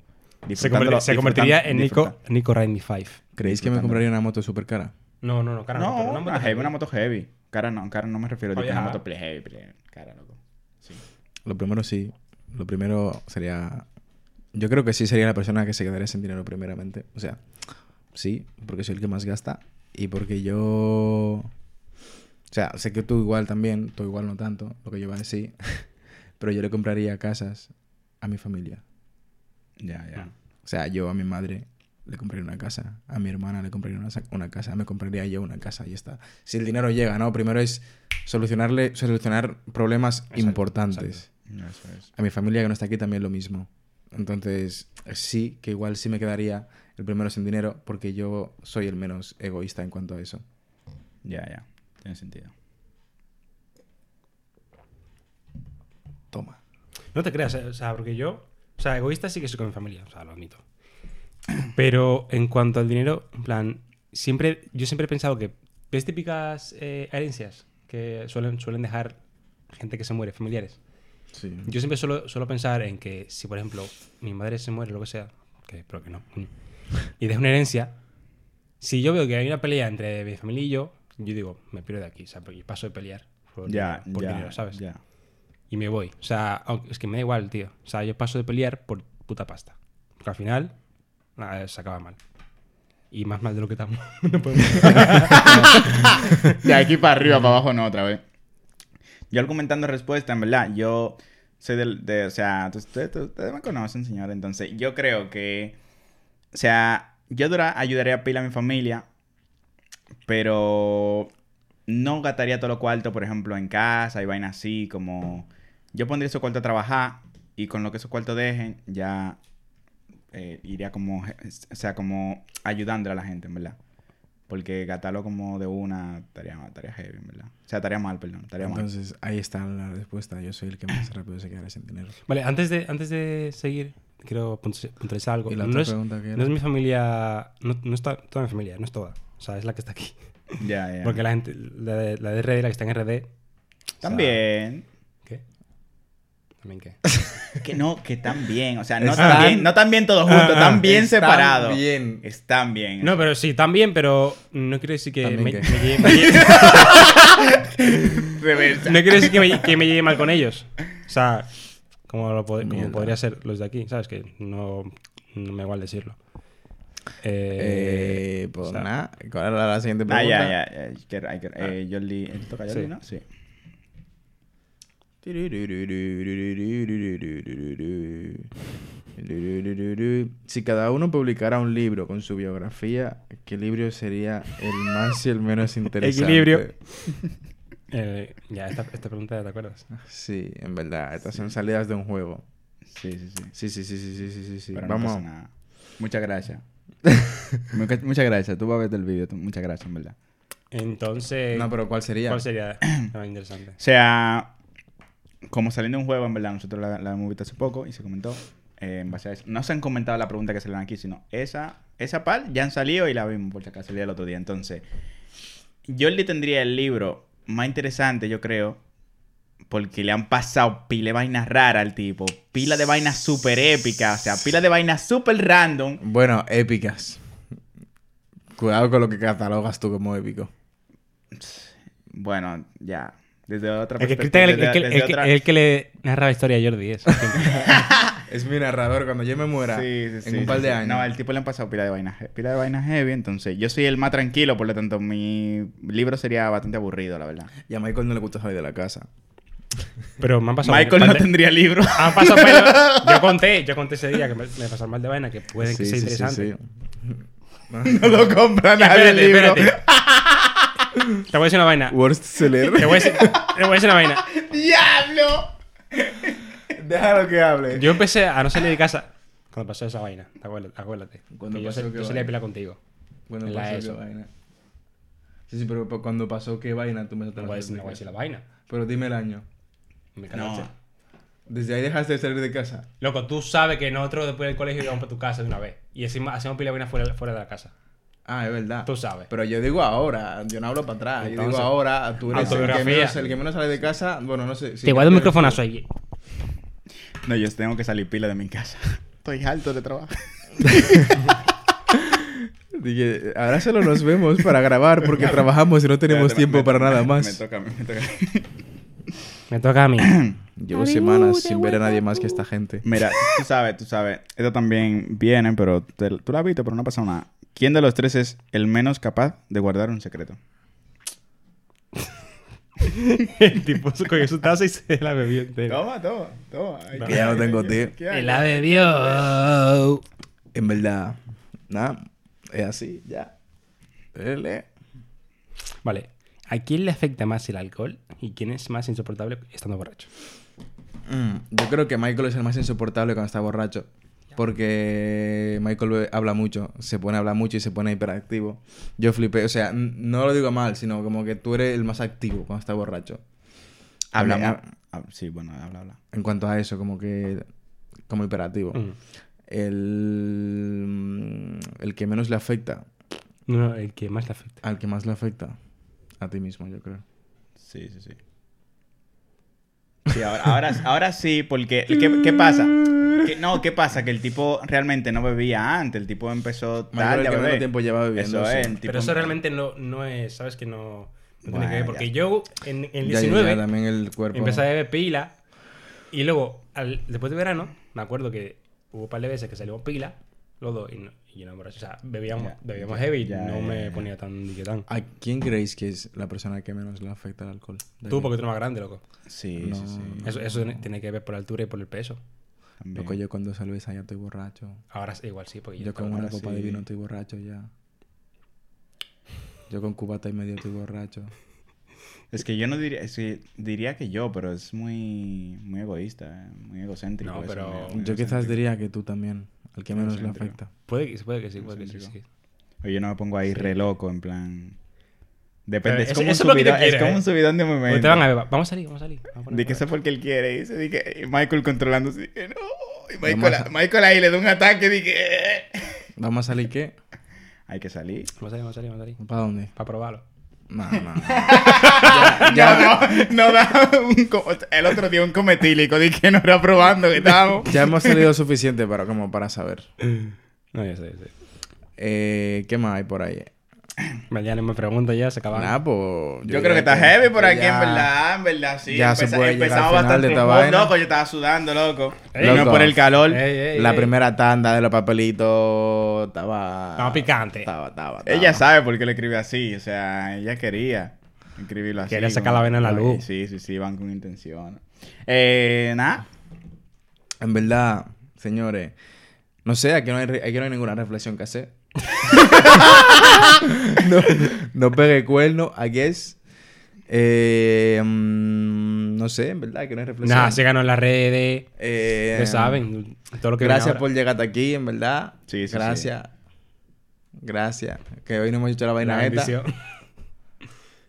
E: se, convertir- se
F: Disfrutándolo-
E: convertiría
F: disfrutan-
E: en Nico
F: disfrutan.
E: Nico Raimi 5.
D: ¿Creéis que me
F: Disfrutando.
D: compraría una moto súper cara?
E: No, no, no, cara,
F: No,
E: pero
F: una
E: moto
F: heavy, una
E: tampoco.
F: moto heavy. Cara no, cara no me refiero
E: Para
F: a una
E: viajar.
F: moto play heavy, play- cara, loco.
D: Lo primero sí. Lo primero sería. Yo creo que sí sería la persona que se quedaría sin dinero primeramente. O sea, sí, porque soy el que más gasta. Y porque yo. O sea, sé que tú igual también, tú igual no tanto, lo que yo vale sí. Pero yo le compraría casas a mi familia.
F: Ya, ya.
D: O sea, yo a mi madre le compraría una casa, a mi hermana le compraría una, sa- una casa, me compraría yo una casa y ya está. Si el dinero llega, ¿no? Primero es solucionarle, solucionar problemas importantes.
F: Eso es.
D: A mi familia que no está aquí también lo mismo. Entonces, sí, que igual sí me quedaría el primero sin dinero porque yo soy el menos egoísta en cuanto a eso.
F: Ya, ya. Tiene sentido.
D: Toma.
E: No te creas, eh, o sea, porque yo, o sea, egoísta sí que soy con mi familia, o sea, lo admito. Pero en cuanto al dinero, en plan, siempre, yo siempre he pensado que, ¿ves típicas eh, herencias que suelen, suelen dejar gente que se muere, familiares?
D: Sí.
E: Yo siempre suelo, suelo pensar en que si, por ejemplo, mi madre se muere, lo que sea, que espero que no, coño, y deja una herencia, si yo veo que hay una pelea entre mi familia y yo, yo digo, me pierdo de aquí, o sea, porque paso de pelear por,
F: Ya,
E: por
F: ya,
E: dinero, ¿sabes?
F: ya.
E: Y me voy. O sea, aunque- es que me da igual, tío. O sea, yo paso de pelear por puta pasta. Porque al final, nada, se acaba mal. Y más mal de lo que estamos. No podemos-
F: De aquí para arriba, para abajo, no, otra vez. Yo argumentando respuesta, en verdad, yo soy del... De, o sea, tú- ustedes tú- ustedes me conocen, señor. Entonces, yo creo que... O sea, yo dura, ayudaría a pila a mi familia, pero no gastaría todo lo cuarto, por ejemplo, en casa y vaina así, como... Yo pondría esos cuartos a trabajar y con lo que esos cuartos dejen, ya eh, iría como... O sea, como ayudando a la gente, en verdad. Porque gastarlo como de una estaría, estaría heavy, en verdad. O sea, estaría mal, perdón. Estaría mal.
D: Entonces, ahí está la respuesta. Yo soy el que más rápido se quedará sin dinero.
E: Vale, antes de, antes de seguir, quiero puntu- puntualizar algo.
D: ¿Y la
E: no
D: otra
E: es,
D: pregunta que era?
E: no es mi familia, no, no está toda mi familia, no es toda. O sea, es la que está aquí.
F: Ya, ya.
E: Porque la gente, la de, la de RD, la que está en RD. o sea,
F: También.
E: ¿Qué? ¿También qué?
F: Que no, que también. O sea, no
D: Están-
F: tan bien, no tan bien todos juntos, tan bien
D: Están
F: separados.
D: bien.
F: Están bien.
E: No, pero sí, también, pero no quiero decir que me,
D: También
E: me
D: qué.
E: lleve- me lleve-
F: Reversa.
E: no quiero decir que me, que me lleve mal con ellos. O sea, como, lo pod- como
D: Mierda.
E: podría ser los de aquí, ¿sabes? Que no, no me da igual decirlo. Eh,
D: Eh, pues
E: o sea-
D: nada, ¿cuál era la siguiente
F: Ah,
D: pregunta?
F: ya, ya. ya. Hay que- hay que- eh, Jordi, ¿eh, toca Jordi,
E: Sí.
F: no? Sí.
D: Si cada uno publicara un libro con su biografía, ¿qué libro sería el más y el menos interesante?
E: Equilibrio. eh, ya, esta, esta pregunta, ¿te acuerdas?
D: Sí, en verdad, estas son salidas de un juego.
F: Sí, sí, sí.
D: Sí, sí, sí, sí, sí, sí, sí. sí.
F: Pero no
D: Vamos.
F: pasa nada. Muchas gracias. Muca- Muchas gracias. Tú vas a ver el vídeo. tú- Muchas gracias, en verdad.
E: Entonces,
D: No, pero ¿cuál sería?
E: ¿cuál sería la más interesante?
F: O sea, como saliendo de un juego, en verdad, nosotros la, la hemos visto hace poco y se comentó. eh, en base a eso. No se han comentado la pregunta que salieron aquí, sino esa, esa par ya han salido y la vimos por si acaso salía el otro día. Entonces, yo le tendría el libro más interesante, yo creo, porque le han pasado pila de vainas raras al tipo, pila de vainas súper épicas, o sea, pila de vainas súper random.
D: Bueno, épicas. Cuidado con lo que catalogas tú como épico.
F: Bueno, ya. Desde otra
E: El que,
F: perspectiva.
E: el,
F: desde-
E: que,
F: desde otra-
E: le narra la historia a Jordi es.
D: Es mi narrador cuando yo me muera
F: Sí, sí,
D: en
F: sí,
D: un par
F: sí,
D: de
F: sí.
D: años.
F: No, al tipo le han pasado pila de vainas, pila de vainas heavy, entonces yo soy el más tranquilo, por lo tanto mi libro sería bastante aburrido, la verdad.
D: Y a Michael no le gusta salir de la casa.
E: Pero me han pasado.
F: Michael
E: mal
F: no
E: de-
F: tendría libro.
E: Han pasado pelos. Yo conté, yo conté ese día que me, me pasaron mal de vaina, que pueden que sea interesante.
F: no lo compra nadie el libro.
E: Espérate, espérate. Te voy a decir una vaina.
D: Worst seller.
E: Te voy a decir, te voy a decir una vaina.
F: ¡Diablo!
D: Déjalo que hable.
E: Yo empecé a no salir de casa cuando pasó esa vaina. Acuérdate. acuérdate.
D: ¿Cuándo
E: Que yo
D: pasó
E: sal-
D: qué
E: yo salí a
D: vaina?
E: pelear contigo.
D: Cuando
E: La
D: pasó
E: ESO.
D: qué vaina. Sí, sí, pero pa- cuando pasó qué vaina, tú me
E: No voy a decir, no voy a decir la vaina.
D: Pero dime el año.
E: Me
F: No.
E: cagaste.
D: Desde ahí dejaste de salir de casa.
E: Loco, tú sabes que nosotros después del colegio íbamos para tu casa de una vez. Y encima hacíamos pila de vaina fuera, fuera de la casa.
D: Ah, es verdad.
E: Tú sabes.
D: Pero yo digo ahora, yo no hablo para atrás. yo
E: Entonces,
D: digo ahora, tú eres el que,
E: autobiografía.
D: menos, el que menos sale de casa. Bueno, no sé.
E: Te guardo el microfonazo ahí.
F: No, yo tengo que salir pila de mi casa. Estoy alto de trabajo.
D: Dije, ahora solo nos vemos para grabar porque trabajamos y no tenemos tiempo para nada
F: Me
D: más.
F: toca, a mí, me toca.
E: Me toca a mí.
D: Llevo semanas sin ver a nadie más que esta gente.
F: Mira, tú sabes, tú sabes. Esto también viene, pero te- tú la viste, pero no ha pasado nada. ¿Quién de los tres es el menos capaz de guardar un secreto?
E: el tipo se cogió su taza y se la bebió entera.
F: Toma, toma, toma. Ay,
D: Que ya no tengo tío.
F: ¿qué hay?
E: la bebió.
D: En verdad, nada, es así, ya. Dele.
E: Vale. ¿A quién le afecta más el alcohol y quién es más insoportable estando borracho?
D: Mm, yo creo que Michael es el más insoportable cuando está borracho. Porque Michael be- habla mucho, se pone a hablar mucho y se pone hiperactivo. Yo flipé, o sea, n- no lo digo mal, sino como que tú eres el más activo cuando está borracho.
F: Habla,
D: Habla-
F: hab- hab- Ah, sí, bueno, habla, habla.
D: En cuanto a eso, como que. como hiperactivo.
E: Mm.
D: El. el que menos le afecta,
E: No, el que más le afecta.
D: al que más le afecta, a ti mismo, yo creo.
F: Sí, sí, sí. Sí, ahora, ahora, ahora sí, porque ¿qué, qué pasa? Que- no, ¿qué pasa? Que el tipo realmente no bebía antes. El tipo empezó
D: Mayor
F: tarde
D: el
F: a
D: que menos
F: beber.
D: tiempo lleva bebiendo,
F: Eso
D: sí.
F: es. el tipo-
E: Pero eso realmente no, no es, sabes que no, no tiene
F: Bueno,
E: que ver. Porque
F: ya.
E: yo en, en el
D: Ya, ya,
E: 19
D: ya, también el cuerpo.
E: empecé a beber pila y luego, al- después de verano, me acuerdo que hubo un par de veces que salimos pila, los dos, y, no- y yo no me borracho. O sea, bebíamos,
F: Ya,
E: bebíamos
F: ya,
E: heavy,
F: ya,
E: no
F: ya,
E: me
F: ya.
E: ponía tan diquetán.
D: ¿A quién creéis que es la persona que menos le afecta el alcohol? De
E: Tú,
D: aquí.
E: porque tú eres más grande, loco.
F: Sí, sí, sí.
E: Eso, eso tiene- tiene que ver por la altura y por el peso.
F: también.
D: Loco, yo con dos cervezas ya estoy borracho.
E: Ahora sí, igual sí, porque yo,
D: Yo con una
F: ahora
D: copa de
F: sí.
D: vino estoy borracho ya. Yo con cubata y medio estoy borracho.
F: Es que yo no diría, es que diría que yo, pero es muy, muy egoísta, eh, muy egocéntrico.
E: No,
F: eso,
E: pero-
F: muy- muy
D: Yo quizás
F: egocéntrico.
D: diría que tú también, al que menos le
F: Egocéntrico.
D: afecta.
E: Puede que, puede que sí, puede que sí.
F: Egocéntrico.
E: sí.
F: Oye, yo no me pongo ahí re loco, en plan. Depende,
E: Pero
F: es
E: Eh, eso-
F: como,
E: eso es
F: un
E: lo que te
F: subidón, es
E: quieres,
F: como
E: eh.
F: un subidón de momento.
E: Ustedes van a ver, va- vamos a salir, vamos a salir. Vamos a poner
F: De que
E: por
F: eso porque él quiere. Y, dice, di que- y Michael controlándose. di que, no. Y Michael,
D: Vamos a-
F: Michael ahí le da un ataque. Dije. "Eh".
D: ¿Vamos a salir qué?
F: Hay que salir.
E: ahí. Vamos a salir, vamos a salir, vamos a salir.
D: ¿Para dónde?
E: Para probarlo.
D: No, no.
F: No, no, no da un co- El otro día un cometílico. Dije que no era probando que estábamos.
D: Ya hemos salido suficiente para, como para saber.
E: No, ya sé, ya sé.
D: Eh, ¿Qué más hay por ahí?
E: Mañana me pregunta ya, se acaba.
D: Nah, pues,
F: Yo creo que está heavy por aquí, en verdad, en verdad, sí.
D: ya se puede llegar
F: empezamos
D: al final
F: bastante
D: de esta
F: Oh,
D: vaina.
F: loco, yo estaba sudando, loco.
E: Ey,
F: no
D: loco.
F: por el calor.
D: La primera tanda de los papelitos estaba...
E: Estaba picante.
D: Estaba, estaba, estaba.
F: Ella sabe por qué le escribe así, o sea, ella quería escribirlo así.
E: Quería
F: como-
E: sacar la vena a la luz.
F: Sí, sí, sí, van con intención. Eh, nada.
D: En verdad, señores, no sé, aquí no hay, re- aquí no hay ninguna reflexión que hacer. no, no pegue cuerno, I guess. Eh, mm, no sé, en verdad, aquí no hay reflexión.
E: Nada, síganos en las redes.
D: Eh,
E: Ya saben, todo lo que viene
D: Gracias
E: ahora.
D: por llegar hasta aquí, en verdad.
F: Sí, sí, sí.
D: Gracias. Gracias. Que hoy no hemos hecho la vaina
E: la
D: esta.
E: bendición.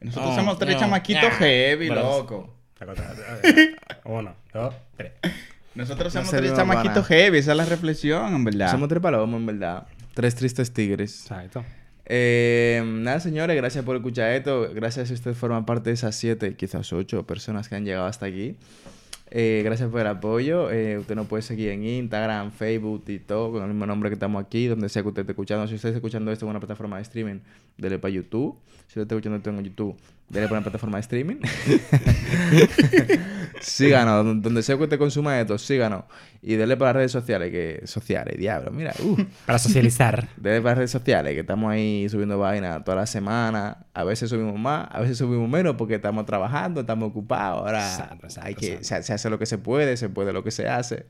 F: Nosotros
D: No,
F: somos tres
D: no.
F: chamaquitos heavy,
E: Bueno,
F: loco.
E: Uno, dos, tres.
F: Nosotros somos
D: se
F: tres
D: ve
F: chamaquitos
D: pana.
F: heavy, esa es la reflexión, en verdad.
D: Somos tres palomos, en verdad. Tres tristes tigres.
E: Exacto.
D: Eh, nada, señores, gracias por escuchar esto. Gracias si usted forma parte de esas siete, quizás ocho personas que han llegado hasta aquí. Eh, gracias por el apoyo. Eh, usted nos puede seguir en Instagram, Facebook, TikTok, con el mismo nombre que estamos aquí, donde sea que usted esté escuchando. Si usted está escuchando esto en una plataforma de streaming, dele para YouTube. Si usted está escuchando esto en YouTube, dele para una plataforma de streaming. síganos, don- donde sea que usted consuma esto, síganos. Y dele para las redes sociales, que sociales, diablo, mira. uh.
E: Para socializar.
D: Desde las redes sociales, que estamos ahí subiendo vainas toda la semana. A veces subimos más, a veces subimos menos porque estamos trabajando, estamos ocupados. Ahora
E: Exacto, exacto,
D: hay que,
E: exacto.
D: se, se hace lo que se puede, se puede lo que se hace.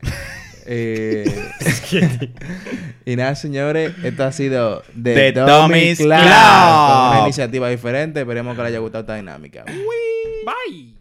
D: Eh, y nada, señores, esto ha sido de
F: The Dummies Club.
D: Una iniciativa diferente, esperemos que les haya gustado esta dinámica.
E: Bye.